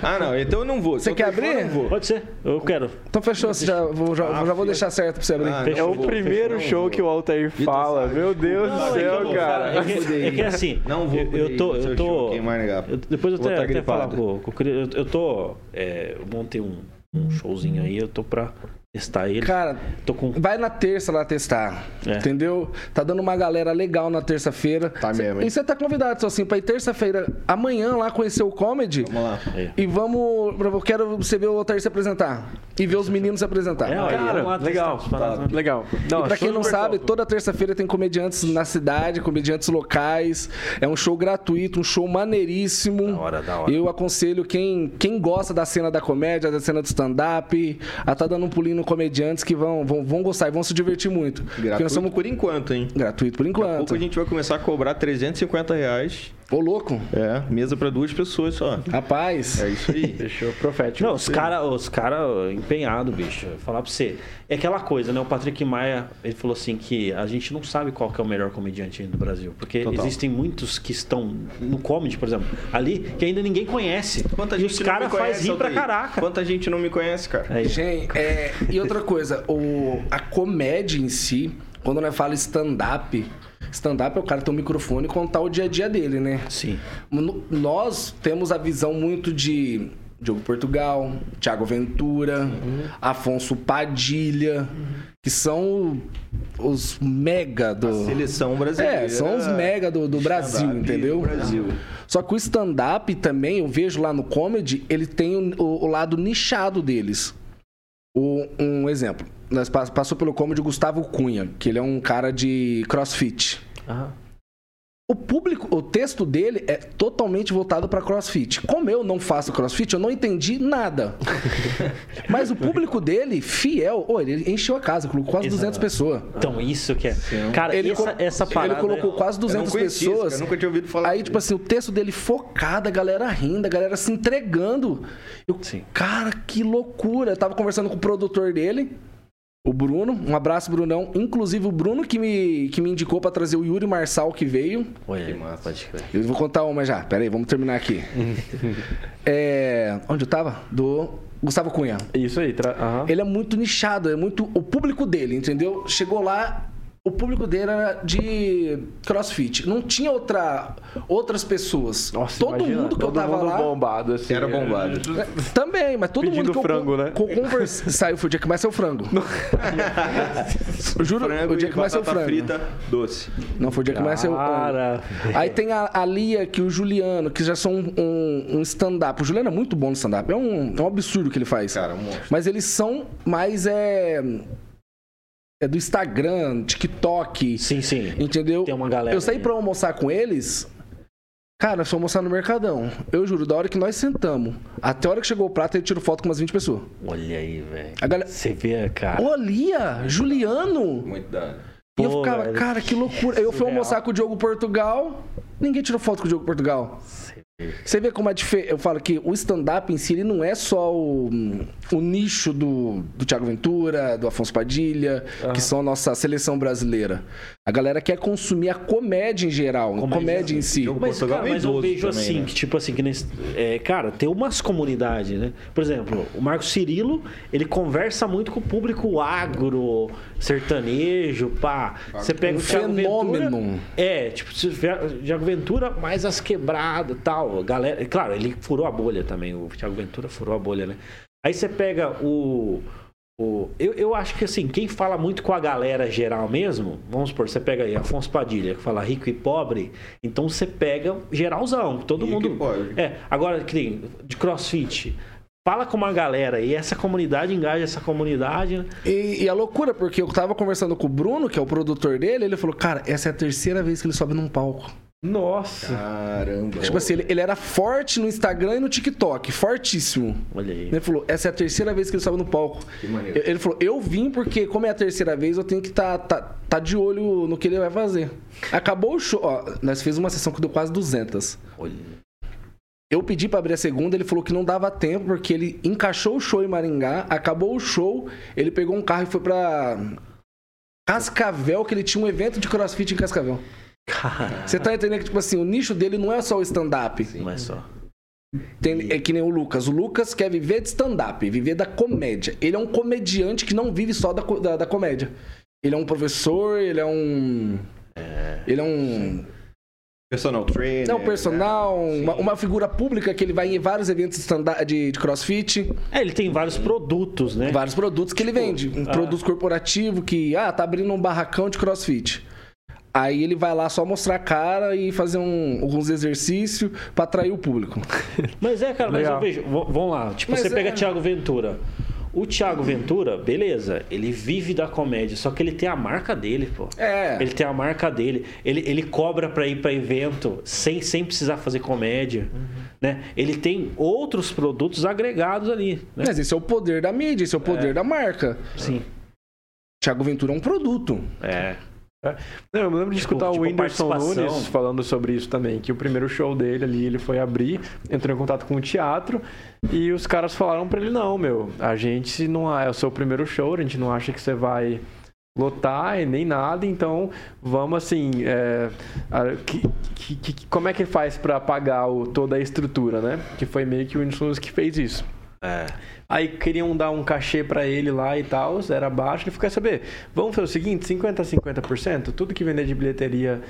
S3: Ah, não, então eu não vou.
S4: Você
S3: Se eu
S4: quer
S3: for,
S4: abrir?
S3: eu Não vou.
S1: Pode ser, eu quero.
S4: Então fechou, você já, vou, já,
S3: Ah,
S4: já vou
S3: filho.
S4: deixar certo pra você abrir.
S3: Ah,
S2: É
S3: não
S1: Fechou.
S2: o
S3: vou,
S2: primeiro
S3: fechou, não
S2: show
S3: vou.
S2: que o Altair
S3: Vitor
S2: fala.
S3: Sarro,
S2: Meu Deus do
S1: é que eu
S2: céu,
S1: vou falar,
S3: Ah,
S2: cara.
S1: É que,
S3: Fudei.
S1: é que é assim,
S3: Não vou
S1: eu,
S3: poder
S1: eu
S3: ir
S1: tô,
S3: no seu
S1: eu
S3: show,
S1: tô,
S3: quem vai negar?
S1: eu- depois eu
S3: Vou
S1: até,
S3: tá
S1: até falar
S3: gripado.
S1: com, com o Cri- eu, eu tô, é, eu montei um, um showzinho aí, eu tô pra testar ele,
S4: Cara,
S1: tô com,
S4: vai na terça lá testar.
S1: É.
S4: Entendeu? Tá dando uma galera legal na terça-feira.
S3: Tá
S4: Cê-
S3: mesmo, hein?
S4: E você tá convidado, só assim, pra ir terça-feira, amanhã lá conhecer o comedy.
S3: Vamos lá.
S1: é,
S4: E vamos. Eu quero você ver o Altair se apresentar. E ver os meninos se apresentar.
S1: É, ó,
S2: Cara,
S1: Vamos lá testar
S2: legal.
S1: os paradas,
S2: tá,
S1: né?
S2: Legal.
S4: E pra quem
S2: show
S4: não
S2: super
S4: sabe,
S2: top.
S4: toda terça-feira tem comediantes na cidade, comediantes locais. É um show gratuito, um show maneiríssimo.
S1: Da hora, da hora.
S4: Eu aconselho quem, quem gosta da cena da comédia, da cena do stand-up, a tá dando um pulinho no comediantes que vão, vão, vão gostar e vão se divertir muito. Porque
S3: Gratuito
S4: nós somos
S3: por enquanto, hein?
S4: gratuito por enquanto.
S3: Pouco a gente vai começar a cobrar 350 reais.
S4: Ô, louco.
S3: É, mesa pra duas pessoas só.
S4: Ah, Rapaz.
S3: É isso
S4: *laughs*
S3: aí.
S2: Fechou, profético.
S1: Não, os caras os cara empenhado, bicho. Vou Falar pra você. É aquela coisa, né? O Patrick Maia, ele falou assim que a gente não sabe qual que é o melhor comediante do Brasil. Porque
S3: Total.
S1: existem muitos que estão no comedy, por exemplo, ali, que ainda ninguém conhece. e os
S3: não
S1: caras
S3: me conhece,
S1: fazem rir pra
S3: Altair?
S1: caraca.
S3: Quanta gente não me conhece, cara.
S1: Aí,
S4: Gente, é, e outra coisa, o, a comédia em si, quando nós fala stand-up, stand-up é o cara ter um microfone e contar o dia a dia dele, né?
S1: Sim.
S4: No- Nós temos a visão muito de Diogo Portugal, Thiago Ventura, Afonso Padilha, que são os mega do.
S3: Seleção brasileira.
S4: É, são os mega do, do Brasil,
S3: Stand-up
S4: entendeu?
S3: do Brasil.
S4: Só que o stand-up também, eu vejo lá no comedy, ele tem o, o- o lado nichado deles. O- um exemplo. Nós pass- passou pelo comedy o Gustavo Cunha, que ele é um cara de crossfit.
S2: Aham.
S4: O público, o texto dele é totalmente voltado pra CrossFit. Como eu não faço CrossFit, eu não entendi
S3: *laughs*
S4: nada. Mas o público dele, fiel, ô, ele encheu a casa, colocou quase 200
S1: Exato.
S4: pessoas.
S1: Então, isso que é. Cara,
S4: Ele
S1: essa,
S4: co-
S1: essa parada. é-
S4: ele colocou quase
S3: um- é. Eu não
S4: 200
S3: conhecia isso,
S4: pessoas.
S3: cara, eu nunca tinha ouvido falar
S4: Aí, tipo assim, o texto dele focado, a galera rindo, a galera se entregando. Eu,
S1: Sim.
S4: Cara, que loucura. Eu tava conversando com o produtor dele, o Bruno. Um abraço, Brunão. Inclusive, o Bruno que me, que me indicou pra trazer o Yuri Marçal, que veio.
S1: Olha,
S3: Que massa.
S1: pode crer.
S4: Eu vou contar uma já. Pera aí, vamos terminar aqui. É, onde eu tava? Do Gustavo Cunha.
S2: Isso aí. Tra... aham.
S4: Ele é muito nichado, é muito o público dele, entendeu? Chegou lá, o público dele era de crossfit. Não tinha outra, outras pessoas.
S2: Nossa,
S4: todo
S2: imagina,
S4: mundo que
S2: todo
S4: eu tava
S2: mundo
S4: lá. É,
S2: bombado, assim.
S3: Era bombado.
S4: Também, mas todo
S2: Pedindo
S4: mundo que eu
S2: frango,
S4: con-
S2: né?
S4: que eu
S2: *laughs*
S4: conversei. Saiu, foi o dia que mais saiu frango. Eu Juro,
S3: Frango
S4: o dia
S3: e
S4: que mais saiu
S3: batata
S4: frango.
S3: frita doce.
S4: Não, foi o dia que mais saiu.
S1: Cara.
S4: Aí tem a, a Lia, que o Juliano, que já são um, um- um stand-up. O Juliano é muito bom no stand-up. É um, é um absurdo o que ele faz.
S3: Cara, um monstro.
S4: Mas eles são mais. É, é do Instagram, TikTok.
S1: Sim, sim.
S4: Entendeu?
S1: Tem uma galera
S4: Eu saí
S1: aí.
S4: pra almoçar com eles. Cara, nós fomos almoçar no Mercadão. Eu juro, da hora que nós sentamos, até a hora que chegou o prato, ele tirou foto com umas 20 pessoas.
S1: Olha aí, velho.
S4: A galera.
S1: Você vê, cara.
S4: Ô, Lia, Juliano!
S3: Muito da hora.
S4: E eu
S1: Pô,
S4: ficava,
S1: velho,
S4: cara, que loucura. Eu fui
S1: surreal.
S4: almoçar com o Diogo Portugal, ninguém tirou foto com o Diogo Portugal. Você vê como é diferente. Eu falo que o stand-up em si, ele não é só o, o nicho do, do Thiago Ventura, do Afonso Padilha, que são a nossa seleção brasileira. A galera quer consumir a comédia em geral, a
S1: Comédia.
S4: comédia em si.
S3: Eu-
S1: Mas,
S3: Portugal
S1: cara,
S3: é
S1: mas eu
S3: idoso
S1: vejo
S3: também,
S1: assim,
S3: né?
S1: que tipo assim, que nesse, é, cara, tem umas comunidades, né? Por exemplo, o Marco Cirilo, ele conversa muito com o público agro, sertanejo, pá. Você pega
S4: Um
S1: o Thiago
S4: fenômeno.
S1: Ventura, é, tipo, se o Thiago Ventura mais as quebradas e tal. Galera, claro, ele furou a bolha também, o Thiago Ventura furou a bolha, né? Aí você pega o o- eu, eu acho que assim, quem fala muito com a galera geral mesmo, vamos supor, você pega aí Afonso Padilha, que fala rico e pobre, então você pega geralzão, todo
S3: Rico
S1: mundo.
S3: e pobre.
S1: É, agora, que nem de crossfit. Fala com uma galera e essa comunidade engaja essa comunidade. né?
S4: E, e a loucura, porque eu tava conversando com o Bruno, que é o produtor dele, ele falou, cara, essa é a terceira vez que ele sobe num palco.
S2: Nossa.
S3: Caramba.
S4: Tipo assim, ele, ele era forte no Instagram e no TikTok, fortíssimo.
S1: Olha aí.
S4: Ele falou, essa é a terceira vez que ele sobe no palco.
S3: Que maneiro.
S4: Eu- Ele falou, eu vim porque, como é a terceira vez, eu tenho que estar tá, tá de olho no que ele vai fazer. Acabou o show. Ó, nós fizemos uma sessão que deu quase 200.
S1: Olha.
S4: Eu pedi pra abrir a segunda, ele falou que não dava tempo, porque ele encaixou o show em Maringá, acabou o show, ele pegou um carro e foi pra Cascavel, que ele tinha um evento de crossfit em Cascavel.
S1: Cara,
S4: Você tá entendendo que, tipo assim, o nicho dele não é só o stand-up.
S1: não é só.
S4: Tem- É que nem o Lucas. O Lucas quer viver de stand-up, viver da comédia. Ele é um comediante que não vive só da, co- da- da comédia. Ele é um professor, ele é um. Ele é um.
S3: Personal trainer. né?
S4: É um personal, uma, uma figura pública que ele vai em vários eventos de, stand-up- de- de crossfit.
S1: É, ele tem vários produtos, né?
S4: Vários produtos que ele vende. Um produto corporativo que, ah, tá abrindo um barracão de crossfit. Aí ele vai lá só mostrar a cara e fazer um- alguns exercícios pra atrair o público.
S1: Mas é, cara, mas
S2: Legal.
S1: eu vejo. v- Vamos lá. Tipo,
S4: Mas
S1: você
S4: é.
S1: pega Thiago Ventura. O Thiago Ventura, beleza, ele vive da comédia, só que ele tem a marca dele, pô.
S4: É.
S1: Ele tem a marca dele. Ele, ele cobra pra ir pra evento sem, sem precisar fazer comédia. Né? Ele tem outros produtos agregados ali. Né?
S4: Mas esse é o poder da mídia, esse é o poder da marca.
S1: Sim.
S4: Tiago Ventura é um produto.
S1: É.
S2: Não, eu me lembro de
S1: Tipo-
S2: escutar
S1: tipo
S2: o Whindersson
S1: participação.
S2: Nunes falando sobre isso também, que o primeiro show dele ali, ele foi abrir, entrou em contato com o teatro e os caras falaram pra ele, não, meu, a gente não é o seu primeiro show, a gente não acha que você vai lotar e nem nada, então vamos assim, é, a- que- que- que- como é que faz pra pagar o- toda a estrutura, né? Que foi meio que o Whindersson Nunes que fez isso. Aí queriam dar um cachê pra ele lá e tal, era baixo. Ele ficou, quer saber, vamos fazer o seguinte, 50% a 50%, tudo que vender de bilheteria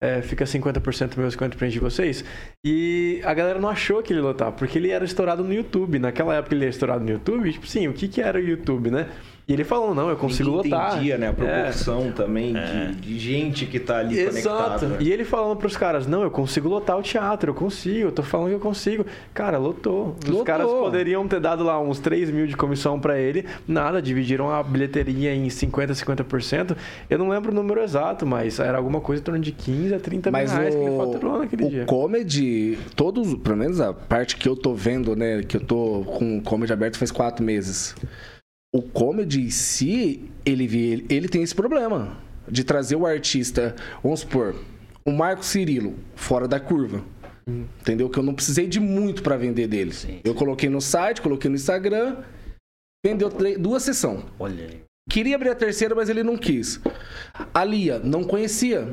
S2: é, fica 50% meu, 50% de vocês. E a galera não achou que ele ia lotar, porque ele era estourado no YouTube. Naquela época ele era estourado no YouTube, tipo, sim, o que que era o YouTube, né? E ele falou, não, eu consigo
S3: Ninguém
S2: lotar.
S3: entendia, né? A
S2: É.
S3: proporção também
S1: É.
S3: de, de gente que tá ali
S2: Exato.
S1: né?
S3: conectada.
S2: E ele falando pros caras, não, eu consigo lotar o teatro, eu consigo, eu tô falando que eu consigo. Cara, lotou. Os
S4: Lotou.
S2: caras poderiam ter dado lá uns 3 mil de comissão pra ele, nada, dividiram a bilheteria em 50%, 50%. Eu não lembro o número exato, mas era alguma coisa em torno de 15 a 30 mil
S4: Mas
S2: reais que ele faturou
S4: o,
S2: naquele
S4: o
S2: dia.
S4: comedy, todos, pelo menos a parte que eu tô vendo, né? Que eu tô com o comedy aberto faz quatro meses. O comedy em si, ele, vi- ele, ele tem esse problema de trazer o artista, vamos supor, o Marco Cirilo, fora da curva. Entendeu? Que eu não precisei de muito pra vender dele.
S1: Sim.
S4: Eu coloquei no site, coloquei no Instagram, vendeu tre- duas sessões.
S1: Olha aí.
S4: Queria abrir a terceira, mas ele não quis. A Lia, não conhecia.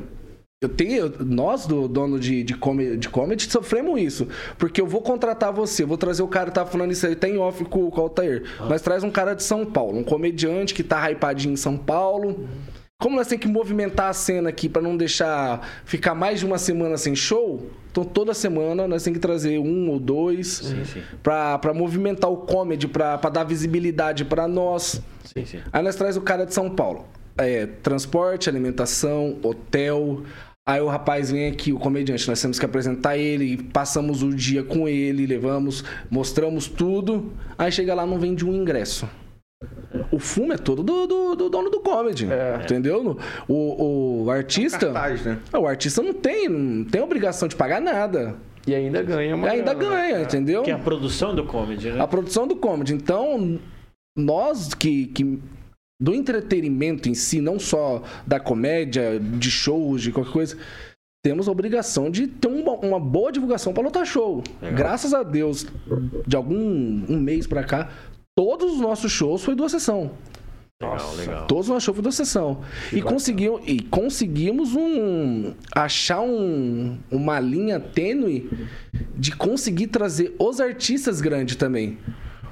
S4: Eu tenho, eu- nós do dono de, de, comedy, de comedy sofremos isso. Porque eu vou contratar você, vou trazer o cara que tá falando isso aí, tem off com, com o Altair.
S1: Ah.
S4: Mas traz um cara de São Paulo, um comediante que tá hypadinho em São Paulo. Como nós temos que movimentar a cena aqui pra não deixar ficar mais de uma semana sem show, então toda semana nós temos que trazer um ou dois
S1: sim.
S4: pra pra movimentar o comedy, pra pra dar visibilidade pra nós.
S1: Sim, sim.
S4: Aí nós traz o cara de São Paulo. É, transporte, alimentação, hotel. Aí o rapaz vem aqui, o comediante, nós temos que apresentar ele, e passamos o dia com ele, levamos, mostramos tudo. Aí chega lá, não vende um ingresso. O fumo é todo do, do- do dono do comedy.
S2: É.
S4: Entendeu? O, o artista.
S2: um
S3: Cartaz, né?
S4: o artista não tem, não tem obrigação de pagar nada.
S2: E ainda ganha uma
S4: Ainda
S2: grana, né?
S4: ganha, entendeu?
S1: Que é a produção do comedy, né?
S4: A produção do comedy. Então, nós que, que- do entretenimento em si, não só da comédia, de shows, de qualquer coisa, temos a obrigação de ter uma, uma boa divulgação para lotar show. Graças a Deus, de algum um mês para cá, todos os nossos shows foi duas sessão.
S1: Legal, legal.
S4: Todos nós shows foi duas sessão. E, conseguiu, e conseguimos um. achar um, uma linha tênue de conseguir trazer os artistas grandes também.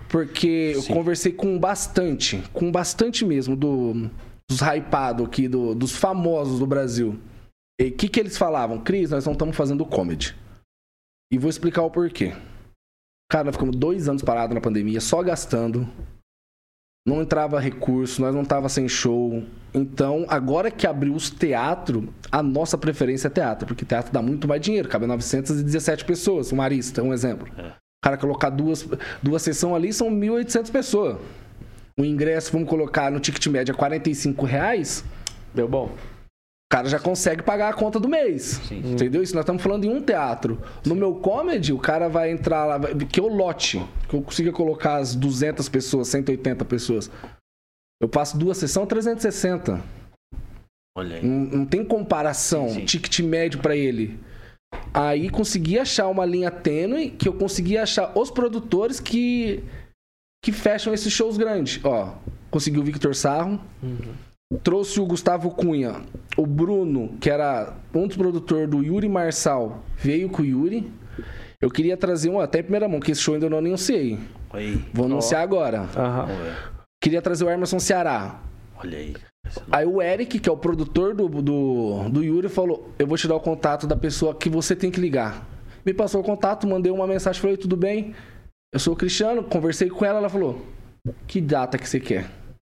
S4: Porque eu conversei com bastante, com bastante mesmo, do, dos hypados aqui, do- dos famosos do Brasil. E o que, que eles falavam? Cris, nós não estamos fazendo comedy. E vou explicar o porquê. Cara, nós ficamos dois anos parados na pandemia, só gastando. não entrava recurso, nós não tava sem show. Então, agora que abriu os teatros, a nossa preferência é teatro, porque teatro dá muito mais dinheiro, cabe 917 pessoas, um arista, um exemplo. O cara colocar duas, duas sessões ali são 1.800 pessoas. O ingresso, vamos colocar no ticket é média 45 reais,
S2: Deu bom.
S4: o cara já consegue pagar a conta do mês.
S1: Sim.
S4: Entendeu? Isso nós estamos falando em um teatro. No meu comedy, o cara vai entrar lá, vai- que eu lote, que eu consiga colocar as 200 pessoas, 180 pessoas. Eu passo duas sessões, 360.
S1: Olha aí.
S4: Não, não tem comparação.
S1: Sim, sim.
S4: Ticket médio pra ele. Aí consegui achar uma linha tênue que eu consegui achar os produtores que que fecham esses shows grandes. Ó, consegui o Victor Sarro.
S1: Uhum.
S4: Trouxe o Gustavo Cunha. O Bruno, que era um dos produtores do Yuri Marçal, veio com o Yuri. Eu queria trazer um até em primeira mão, que esse show ainda eu não anunciei.
S1: Olha aí.
S4: Vou anunciar agora.
S2: Aham.
S1: Olha-
S4: Queria trazer o Emerson Ceará.
S1: Olha aí.
S4: Aí o Eric, que é o produtor do, do, do Yuri, falou: Eu vou te dar o contato da pessoa que você tem que ligar. Me passou o contato, mandei uma mensagem, falei: Tudo bem? Eu sou o Cristiano. Conversei com ela, ela falou: Que data que você quer?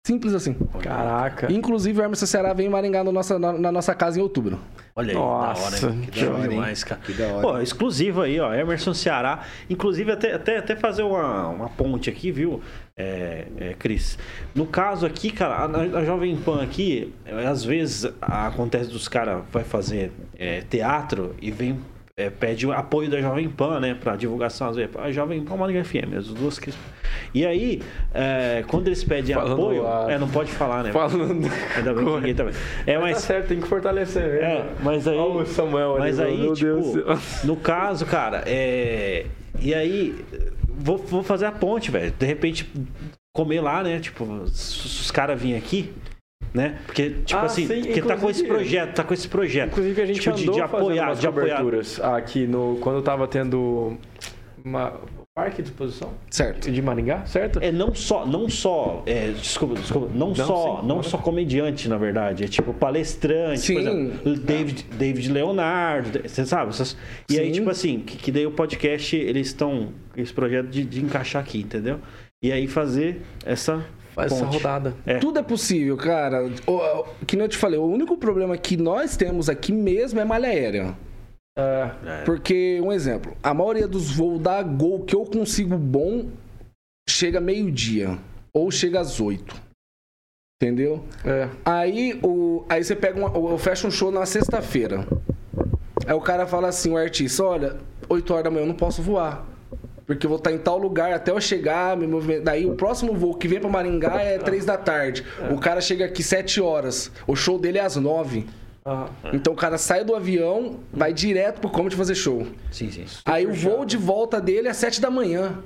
S4: Simples assim.
S2: Caraca.
S4: Inclusive, o Emerson Ceará vem em Maringá na nossa, na, na nossa casa em outubro.
S1: Olha aí,
S2: Nossa,
S1: da hora, hein? Que
S2: que
S1: da hora
S3: hora, hein?
S1: demais, cara.
S3: Que da hora.
S1: Pô, exclusivo aí, ó, Emerson Ceará. Inclusive, até, até, até fazer uma, uma ponte aqui, viu, é, é, Cris? No caso aqui, cara, a, a Jovem Pan aqui, é, às vezes a- acontece dos caras vai fazer é, teatro e vem. é, pede o apoio da Jovem Pan, né? Pra divulgação, às vezes. A Jovem Pan é Maringá FM, as duas que. E aí, é, quando eles pedem
S2: Falando
S1: apoio.
S2: lá.
S1: É, não pode falar, né?
S2: *laughs* Falando.
S1: Ainda bem que ninguém tá vendo. É,
S2: Tá
S1: mas.
S2: certo, tem que fortalecer. né?
S1: É, mas aí.
S2: Olha o Samuel ali,
S1: Mas
S2: meu-
S1: aí,
S2: meu Deus
S1: tipo,
S2: do céu.
S1: no caso, cara, é. E aí, vou, vou fazer a ponte, velho. De repente, comer lá, né? Tipo, se os caras virem aqui, né? Porque, tipo
S2: Ah,
S1: assim,
S2: sim,
S1: porque tá com esse
S2: inclusive-
S1: projeto, tá com esse projeto.
S2: Inclusive, a gente
S1: tipo,
S2: andou fazendo umas coberturas aqui no... Quando tava tendo uma... Parque de exposição
S4: Certo.
S2: de Maringá, certo?
S1: É não só, não só, é, desculpa, desculpa, não, só,
S2: sim,
S1: não
S2: claro.
S1: só comediante, na verdade, é tipo palestrante, por
S4: Sim.
S1: exemplo, David, David Leonardo, você sabe? essas- e aí
S4: Sim.
S1: tipo assim, que, que daí o podcast eles estão esse projeto de, de encaixar aqui, entendeu? E aí fazer essa
S2: Faz essa
S1: ponte.
S2: rodada.
S1: É.
S4: Tudo é possível, cara. O- que nem eu te falei, o único problema que nós temos aqui mesmo é malha aérea.
S2: É,
S4: Porque, um exemplo, a maioria dos voos da Gol que eu consigo bom chega meio-dia ou chega às oito Entendeu?
S2: é.
S4: Aí, o, aí você pega uma, eu fecho um show na sexta-feira. Aí o cara fala assim, o artista, olha, 8 horas da manhã eu não posso voar. Porque eu vou estar em tal lugar até eu chegar, me movimentar. Daí o próximo voo que vem pra Maringá é três da tarde. O cara chega aqui sete horas. O show dele é às nove
S2: Ah,
S4: Então o cara sai do avião, vai direto pro comedy fazer show.
S1: Sim, sim.
S4: Aí o voo de volta dele é 7 da manhã.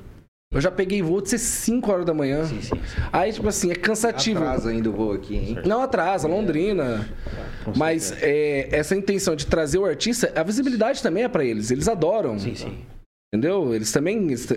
S4: Eu já peguei voo de ser 5 horas da manhã.
S1: Sim, sim, sim.
S4: Aí, tipo assim, é cansativo.
S3: Atrasa É, ainda o voo aqui, hein?
S4: Não atrasa, Londrina. Mas é, essa intenção de trazer o artista, a visibilidade também é pra eles. Eles adoram.
S1: Sim, sim.
S4: Entendeu? Eles também. eles-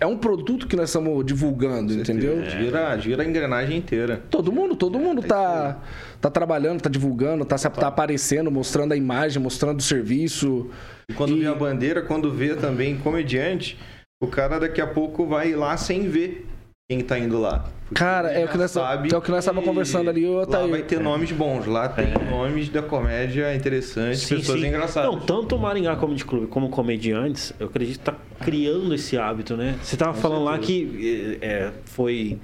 S4: É um produto que nós estamos divulgando,
S1: É.
S4: entendeu? É.
S3: Gira, gira a engrenagem inteira.
S4: Todo mundo,
S3: É,
S4: todo mundo tá, tá trabalhando, tá divulgando, tá, se- tá aparecendo, mostrando a imagem, mostrando o serviço.
S3: E quando vê a bandeira, quando vê também comediante, o cara daqui a pouco vai lá sem ver quem tá indo lá. Porque
S4: Cara,
S3: ele
S4: é o que
S3: já
S4: nós-
S3: sabe
S4: é o que nós tava
S3: que
S4: conversando ali, eu
S3: Lá
S4: até-
S3: vai
S1: É.
S3: ter nomes bons, lá tem nomes da comédia interessantes,
S1: Sim,
S3: pessoas
S1: sim.
S3: engraçadas.
S1: Não, tanto o Maringá Comedy Club como comediantes, eu acredito que tá criando esse hábito, né? Você tava falando lá que é, é, foi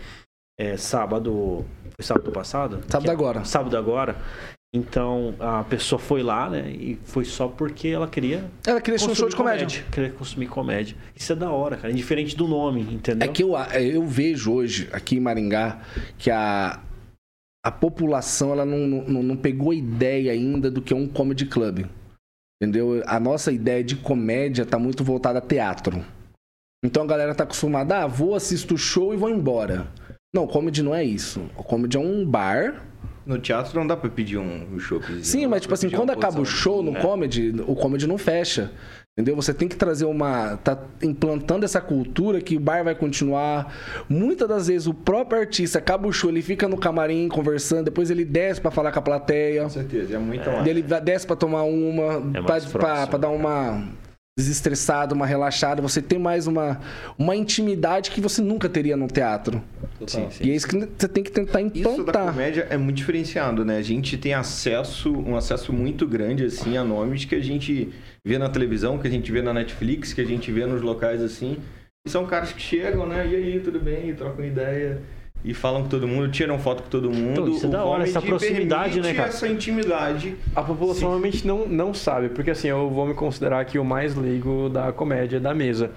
S1: é, sábado. Foi sábado passado?
S4: Sábado
S1: Que-
S4: agora.
S1: um Sábado agora. Então a pessoa foi lá, né? E foi só porque ela queria.
S4: Ela queria assistir um show de
S1: consumir
S4: comédia.
S1: Queria consumir comédia. Isso é da hora, cara. Indiferente do nome, entendeu?
S4: É que eu, eu vejo hoje, aqui em Maringá, que a, a população ela não, não, não pegou a ideia ainda do que é um comedy club. Entendeu? A nossa ideia de comédia tá muito voltada a teatro. Então a galera tá acostumada, ah, vou, assisto o show e vou embora. Não, comedy não é isso. O comedy é um bar.
S3: No teatro não dá pra pedir um, um show.
S4: Sim, mas tipo assim,
S3: um-
S4: quando acaba o show no comedy, o comedy não fecha. Entendeu? Você tem que trazer uma. Tá implantando essa cultura que o bar vai continuar. Muitas das vezes o próprio artista acaba o show, ele fica no camarim conversando, depois ele desce pra falar com a plateia.
S3: Com certeza, é muito mais.
S4: Daí Ele desce pra tomar uma,
S1: mais
S4: pra, pra-
S1: próximo,
S4: pra dar uma. desestressada, uma relaxada, você tem mais uma, uma intimidade que você nunca teria no teatro.
S3: Sim,
S4: E é isso que você tem que tentar
S3: Isso da
S4: implantar.
S3: comédia é muito diferenciado, né? A gente tem acesso, um acesso muito grande, assim, a nomes que a gente vê na televisão, que a gente vê na Netflix, que a gente vê nos locais, assim. E são caras que chegam, né? E aí, tudo bem? E trocam ideia. E falam com todo mundo, tiram foto com todo mundo.
S1: Então, isso é
S3: O
S1: da hora, essa
S3: comedy
S1: proximidade,
S3: permite
S1: né, cara?
S3: essa intimidade.
S2: A população
S3: Sim.
S2: realmente não, não sabe, porque assim, eu vou me considerar aqui o mais leigo da comédia da mesa.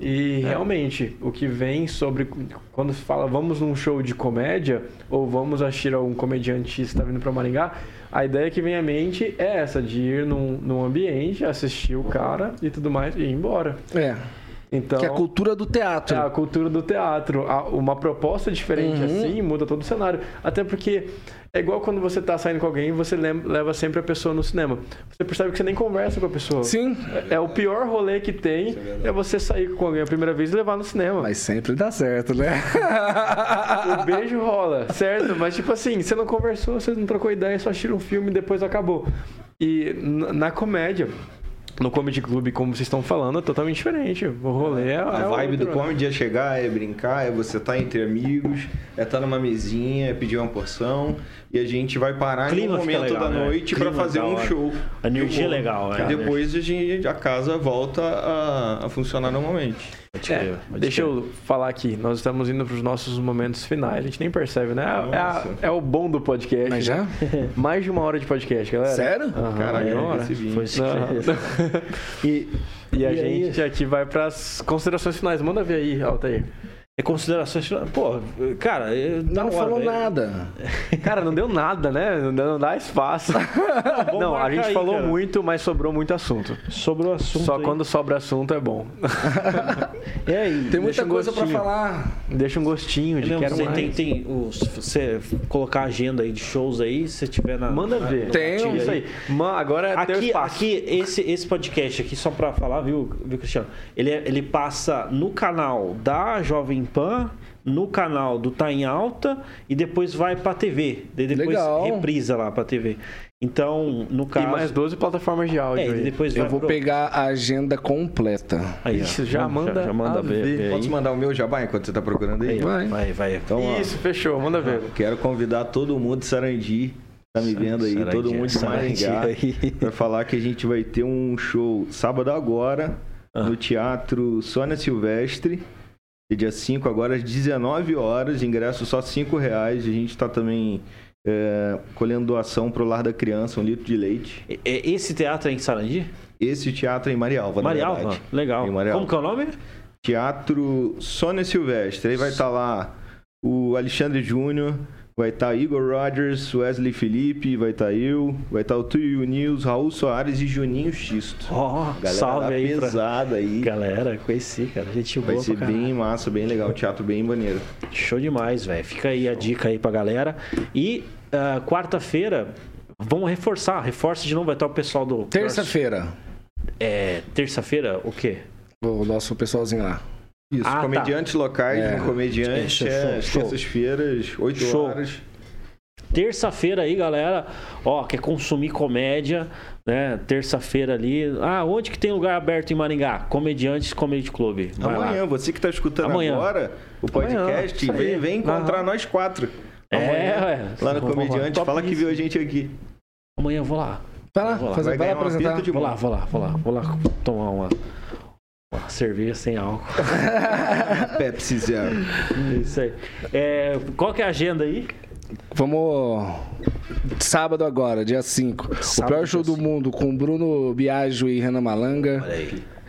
S2: E
S4: É.
S2: realmente, o que vem sobre. Quando se fala vamos num show de comédia, ou vamos assistir a um comediante que está vindo para Maringá, a ideia que vem à mente é essa, de ir num, num ambiente, assistir o cara e tudo mais, e ir embora.
S4: É.
S2: Então.
S4: Que é a cultura do teatro.
S2: É a cultura do teatro. A- Uma proposta diferente
S4: Uhum.
S2: assim muda todo o cenário. Até porque é igual quando você tá saindo com alguém e você lem- leva sempre a pessoa no cinema. Você percebe que você nem conversa com a pessoa.
S4: Sim.
S2: É, é o pior rolê que tem é, você sair com alguém a primeira vez e levar no cinema.
S4: Mas sempre dá certo, né?
S2: O beijo rola, certo? Mas tipo assim, você não conversou, você não trocou ideia, só tira um filme e depois acabou. E na na comédia. No Comedy Club, como vocês estão falando, é totalmente diferente. O rolê é.
S3: A
S2: é
S3: vibe do
S2: outro, né?
S3: comedy é chegar, é brincar, é você estar entre amigos, é estar numa mesinha, é pedir uma porção. E a gente vai parar em
S1: Clima
S3: um
S1: fica
S3: momento
S1: legal,
S3: da
S1: né?
S3: noite pra
S1: Clima
S3: fazer
S1: da
S3: um
S1: hora.
S3: show.
S1: A energia
S3: Eu
S1: é
S3: vou-
S1: legal, né?
S3: E depois a, gente, a casa volta a, a funcionar normalmente.
S1: Pode crer, pode
S2: É, Deixa
S1: crer.
S2: eu falar aqui, nós estamos indo para os nossos momentos finais. A gente nem percebe, né? É, é a-
S3: Nossa.
S2: é o bom do podcast.
S4: *laughs*
S2: né?
S4: Mas já?
S2: Mais de uma hora de podcast, galera.
S4: Sério?
S2: Aham,
S3: Caraca,
S2: é.
S3: eu
S1: Hora.
S3: recebi. hein?
S1: Ah, Foi isso *laughs* que
S2: Aham. *laughs* e, e a
S1: E aí?
S2: gente aqui vai para as considerações finais. Manda ver aí, Altair.
S1: É considerações. Pô, cara, eu- da
S4: Não,
S1: hora,
S4: falou
S1: velho.
S4: nada.
S2: Cara, não deu nada, né? Não, dá- não
S1: *laughs*
S2: dá espaço. Não,
S1: vamos
S2: a
S1: marcar
S2: gente
S1: Tá aí,
S2: falou
S1: cara.
S2: muito, mas sobrou muito assunto.
S1: Sobre o assunto.
S2: Só
S1: aí.
S2: quando sobra assunto é bom. *laughs*
S1: É aí.
S4: Tem muita
S2: um
S4: coisa pra
S2: gostinho.
S4: falar.
S2: Deixa um gostinho de
S1: Não,
S2: quero
S1: você
S2: mais.
S1: tem, tem os, você colocar a agenda aí de shows aí, se tiver na.
S2: Manda
S1: na-
S2: ver.
S1: no
S4: Tem,
S1: gatilho
S2: Isso aí. Man, agora é teu
S1: Aqui,
S2: espaço.
S1: aqui esse, esse podcast aqui, só pra falar, viu, viu Cristiano? Ele, é- ele passa no canal da Jovem Pan, no canal do Tá em Alta e depois vai pra TV. Daí depois
S4: Legal.
S1: reprisa lá pra TV. Então, no caso.
S2: E mais 12 plataformas de
S1: é,
S2: áudio.
S1: ele
S2: aí.
S1: depois
S4: Eu
S1: vai
S4: vou
S1: pro-
S4: pegar a agenda completa.
S1: Aí, ó.
S2: Isso, já
S1: Vamos,
S2: manda
S1: Já
S2: a
S1: manda
S2: ver.
S1: ver. ver aí.
S3: Posso mandar o meu jabá enquanto você tá procurando aí?
S4: Vai.
S1: Vai, vai.
S3: Então, ó,
S2: Isso, fechou, manda ver.
S3: quero convidar todo mundo de Sarandi, tá me vendo aí,
S1: Sarandi,
S3: todo mundo de
S1: Sarandi
S3: *laughs* Maringá,
S1: aí.
S3: pra falar que a gente vai ter um show sábado agora,
S1: Ah.
S3: no Teatro Sônia Silvestre, E dia 5 agora às 19 horas, ingresso só 5 reais, a gente tá também é, colhendo doação pro Lar da Criança, um litro de leite.
S1: E- e- Esse teatro é em Sarandi?
S3: Esse teatro é em Marialva, na
S1: Marialva?
S3: verdade.
S1: Legal.
S3: Em Marialva.
S1: Como que é o nome?
S3: Teatro Sônia Silvestre. Aí vai estar lá o Alexandre Júnior, vai estar Igor Rogers, Wesley Felipe, vai estar eu, vai estar o Tuyo News, Raul Soares e Juninho Xisto.
S1: Ó,
S3: Galera
S1: salve aí pra...
S3: pesada aí.
S1: Galera, conheci, cara. Gente
S3: Vai
S1: boa
S3: ser
S1: pra caralho.
S3: bem massa, bem legal. Teatro bem maneiro.
S1: Show demais, velho. Fica aí a dica aí pra galera. E ah, quarta-feira, vamos reforçar. Reforça de novo, vai estar o pessoal do...
S4: Terça-feira,
S1: É, terça-feira, o quê?
S4: o nosso pessoalzinho lá.
S3: Isso,
S1: Ah, tá.
S3: comediantes locais,
S4: É.
S3: um comediante,
S1: Isso,
S3: é, às
S1: show, show.
S3: terças-feiras, 8
S1: Show.
S3: horas.
S1: Terça-feira aí, galera, ó, quer consumir comédia, né? Terça-feira ali. Ah, onde que tem lugar aberto em Maringá? Comediantes Comedy Club. Vai lá.
S3: Amanhã, você que tá escutando
S1: Amanhã.
S3: agora o podcast,
S2: isso aí.
S3: vem, vem encontrar nós quatro.
S1: É,
S3: Amanhã,
S1: ué.
S3: Lá no
S1: Vamos lá.
S3: Comediante,
S1: Top
S3: fala que viu a gente aqui.
S1: Amanhã eu vou lá.
S4: Vai lá,
S1: Vou lá,
S4: fazer,
S3: Vai
S4: vai lá
S3: ganhar um
S4: apresentar.
S3: apito de
S1: Vou
S3: mão.
S1: lá, vou lá, vou lá. Vou lá tomar uma, uma cerveja sem álcool.
S3: Pepsi Zero.
S1: É Isso aí. É, qual que é a agenda aí?
S4: Vamos. Sábado agora, dia 5. o
S1: Sábado,
S4: pior show
S1: dia
S4: do mundo com Bruno Biagio e Renan Malanga.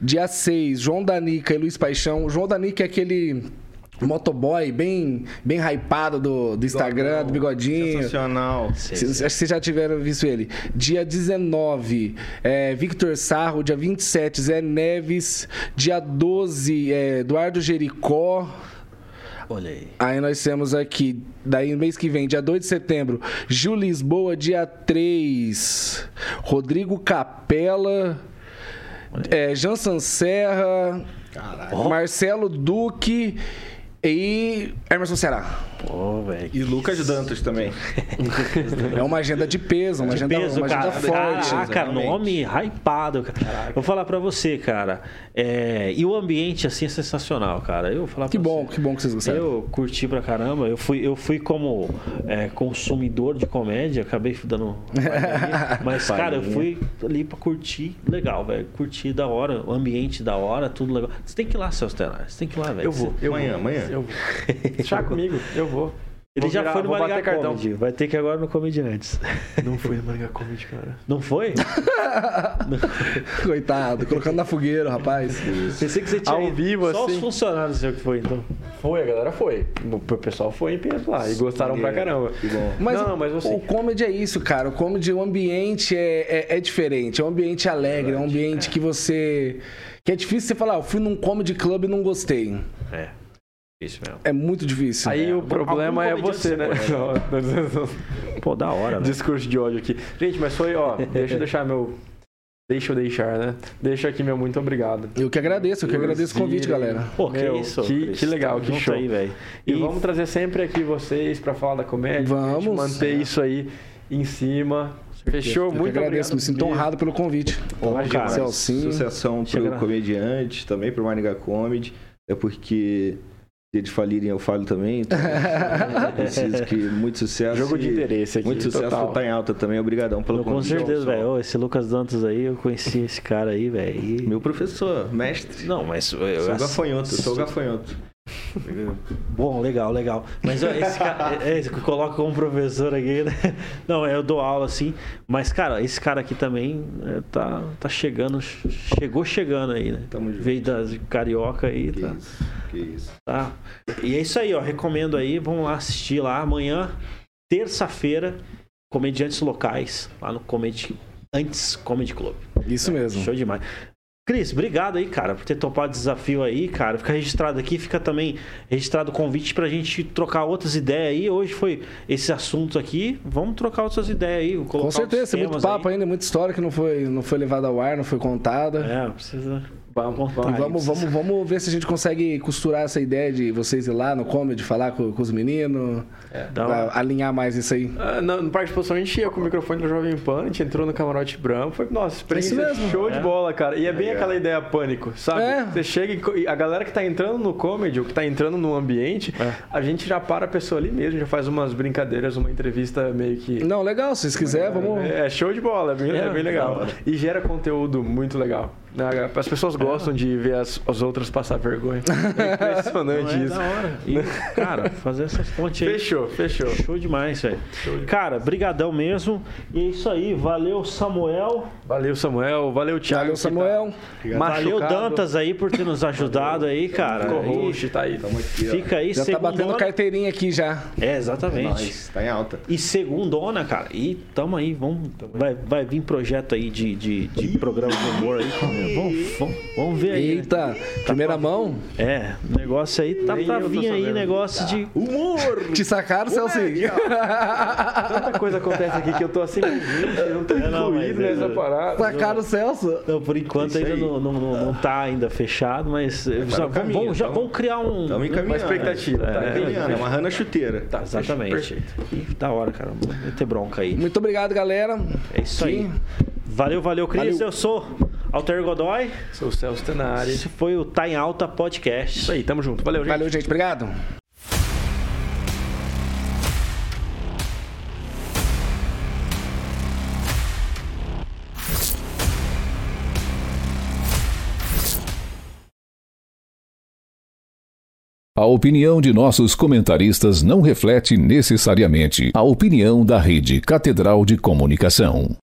S4: Dia 6, João Danica e Luiz Paixão. João Danica é aquele motoboy bem, bem hypado do, do Instagram, do bigodinho.
S3: Sensacional.
S4: Cês- Acho que vocês já tiveram visto ele. Dia 19, é, Victor Sarro. Dia 27, Zé Neves. Dia 12, é, Eduardo Jericó.
S1: Olha aí.
S4: Aí nós temos aqui, daí no mês que vem, dia 2 de setembro, Gil Lisboa, dia 3, Rodrigo Capela, é, Jansan Serra, Marcelo Duque e Emerson Ceará.
S1: Pô, velho.
S3: E Lucas Dantas também.
S4: É uma agenda de peso, uma,
S1: de
S4: agenda,
S1: peso,
S4: uma
S1: cara. Ah,
S4: agenda forte.
S1: Caraca,
S3: exatamente.
S1: nome hypado, cara. Vou falar pra você, cara. é, e o ambiente, assim, é sensacional, cara. Eu vou falar
S4: Que
S1: pra
S4: bom,
S1: você.
S4: que bom que vocês gostaram.
S1: Eu curti pra caramba. Eu fui, eu fui como é, consumidor de comédia, acabei dando.
S4: *laughs*
S1: palhinha. Mas, cara, eu fui ali pra curtir legal, velho. Curti da hora, o ambiente da hora, tudo legal. Você tem que ir lá, Celso Tenar. Você tem que ir lá, velho.
S2: Eu vou. Eu
S3: Amanhã,
S2: vou,
S3: amanhã.
S2: Eu vou. *laughs* Chá comigo, eu vou.
S1: Ele
S2: Vou
S1: já
S2: virar-
S1: foi no
S2: vou
S1: Maringá
S2: bater cartão.
S1: Comedy. Vai ter que ir agora no Comedy antes.
S2: Não fui no Maringá Comedy, cara.
S1: Não foi?
S4: *laughs* Coitado, colocando na
S2: *laughs*
S4: fogueira, rapaz.
S1: Pensei que você tinha
S2: Ao
S1: ido.
S2: vivo,
S1: Só os
S2: assim.
S1: funcionários seu que foi, então.
S2: Foi, a galera foi. O pessoal foi em peso lá e gostaram pra caramba.
S3: Que bom.
S4: Mas,
S2: Não,
S4: o,
S2: mas assim- você-
S4: o comedy é isso, cara. O comedy, o ambiente é, é, é diferente. É um ambiente alegre, é um ambiente que você. que é difícil você falar, "Ah, eu fui num comedy club e não gostei.
S1: É. Isso mesmo.
S4: É muito difícil.
S2: Aí o
S1: algum
S2: problema é
S1: comediante
S2: você, Tá né?
S1: você
S2: *laughs* Não,
S1: Pô, da hora, né?
S2: Discurso de ódio aqui. Gente, mas foi, ó, deixa eu deixar meu. Deixa eu deixar, né? Deixa aqui meu muito obrigado.
S4: Eu que agradeço, eu que agradeço o convite, galera.
S1: Pô, que
S2: Meu,
S1: isso.
S2: que-
S1: Cris.
S2: que legal,
S1: Tamo
S2: que
S1: junto
S2: show.
S1: aí, velho.
S2: E,
S1: E
S2: vamos trazer sempre aqui vocês pra falar da comédia. pra gente
S4: Vamos.
S2: Manter isso aí em cima. Fechou?
S4: Eu que
S2: muito
S4: agradeço,
S2: obrigado.
S4: me sinto
S2: mesmo.
S4: honrado pelo convite.
S1: Bom,
S2: Imagina, né?
S1: cara.
S4: Celso. Sim.
S3: Sucessão
S1: Chega
S3: pro
S1: lá.
S3: comediante, também pro Maringá Comedy. É porque se eles falirem, eu falo
S2: *laughs*
S3: também. Então, eu preciso que muito sucesso.
S2: Jogo de
S3: e
S2: interesse aqui.
S3: Muito sucesso
S2: total.
S3: tá em alta também. Obrigadão pelo
S1: Não, com
S3: convite.
S1: certeza, velho. Ô, Esse Lucas Dantas aí, eu conheci esse cara aí, velho. e-
S3: Meu professor, mestre.
S1: Não, mas. Eu, eu-
S3: sou gafanhoto, sou gafanhoto.
S1: Bom, legal, legal. Mas ó, esse cara, *laughs* é, é, esse que coloca como professor aqui, né? *laughs* Não, eu dou aula assim. Mas, cara, esse cara aqui também é, tá, tá chegando, chegou chegando aí, né?
S3: Tamo junto.
S1: Veio da de Carioca aí,
S3: Que
S1: tá,
S3: isso, que isso.
S1: tá? E é isso aí, ó. Recomendo aí, vamos lá assistir lá amanhã, terça-feira, comediantes locais, lá no Comedy Antes Comedy Club.
S4: Isso mesmo.
S1: Show demais. Cris, obrigado aí, cara, por ter topado o desafio aí, cara. Fica registrado aqui, fica também registrado o convite pra gente trocar outras ideias aí. Hoje foi esse assunto aqui. Vamos trocar outras ideias aí. colocar
S4: Com
S1: outros
S4: certeza, tem muito
S1: temas
S4: papo
S1: aí.
S4: ainda, muita história que não foi, não foi levada ao ar, não foi contada.
S1: É, precisa.
S2: Vamos,
S4: E
S2: vamos.
S4: vamos, vamos, vamos ver se a gente consegue costurar essa ideia de vocês ir lá no comedy, falar com, com os meninos,
S1: Dá
S4: pra
S1: uma-
S4: alinhar mais isso aí.
S2: Ah, na, na participação a gente ia com o microfone do Jovem Pan, a gente entrou no camarote branco, foi, nossa, experiência
S4: É isso mesmo.
S2: show de bola, cara. E é bem aquela ideia pânico, sabe?
S4: É.
S2: Você chega e co- e a galera que tá entrando no comedy, ou que tá entrando no ambiente, a gente já para a pessoa ali mesmo, já faz umas brincadeiras, uma entrevista meio que...
S4: Não, legal, se vocês quiserem, vamos.
S2: É show de bola, é bem, é bem
S1: da
S2: legal.
S1: hora.
S2: E gera conteúdo muito legal. né? As pessoas gostam de ver as, as outras passar vergonha. É
S1: Não,
S2: impressionante
S1: é
S2: isso.
S1: da hora. E, cara, fazer essas
S4: *laughs*
S1: pontes aí.
S2: Fechou, fechou.
S1: Show demais, velho. Cara, brigadão mesmo. E é isso aí. Valeu, Samuel.
S2: Valeu, Samuel. Valeu, Thiago.
S4: Valeu,
S2: que tá
S4: Samuel.
S1: Valeu,
S2: machucado.
S1: Dantas, aí, por ter nos ajudado aí, cara.
S2: Ficou
S1: E
S2: roxo, tá aí.
S3: Tamo aqui, ó.
S1: Fica aí,
S4: Já tá
S1: segundona.
S4: batendo carteirinha aqui já.
S1: É, exatamente.
S3: Nós, tá em alta.
S1: E segundona, cara. E tamo aí, vamos. Vai, vai vir projeto aí de, de, de programa de humor aí. cara. Vamos, vamos, vamos ver aí. né?
S2: Tá
S4: Eita, primeira mão.
S1: É, o negócio aí tá
S2: Nem
S1: pra
S2: eu tô
S1: vir aí,
S2: sabendo. Ah,
S1: negócio de.
S3: Humor!
S4: Te sacaram, Celso?
S2: Tanta coisa acontece aqui que eu
S1: *laughs*
S2: tô assim, gente, eu não tô
S1: É, não,
S2: incluído
S1: mas é-
S2: nessa parada.
S4: Sacaram o Celso?
S1: Não, por enquanto
S3: Isso
S1: ainda
S3: aí.
S1: não, não, não, não tá ainda fechado, mas
S2: É, tá
S1: eh, já, vamos-
S3: caminho,
S1: vamos, já
S2: então.
S3: tamo-
S1: vamos criar um.
S3: Tamo encaminhando.
S2: Uma expectativa, tá?
S3: Tá encaminhando, é uma rana chuteira.
S2: Tá,
S1: Exatamente.
S2: Perfeito.
S1: E da hora, cara. Vai ter bronca aí.
S4: Muito obrigado, galera.
S1: É isso
S4: Aqui.
S1: aí. Valeu, valeu, Cris.
S4: Valeu.
S1: Eu sou Alter Godoy.
S2: Sou o Celso Tenari. É
S1: Esse
S2: Isso
S1: foi o Tá em Alta Podcast.
S2: aí, tamo junto. Valeu, gente.
S4: Valeu, gente. Obrigado.
S5: A opinião de nossos comentaristas não reflete necessariamente a opinião da Rede Catedral de Comunicação.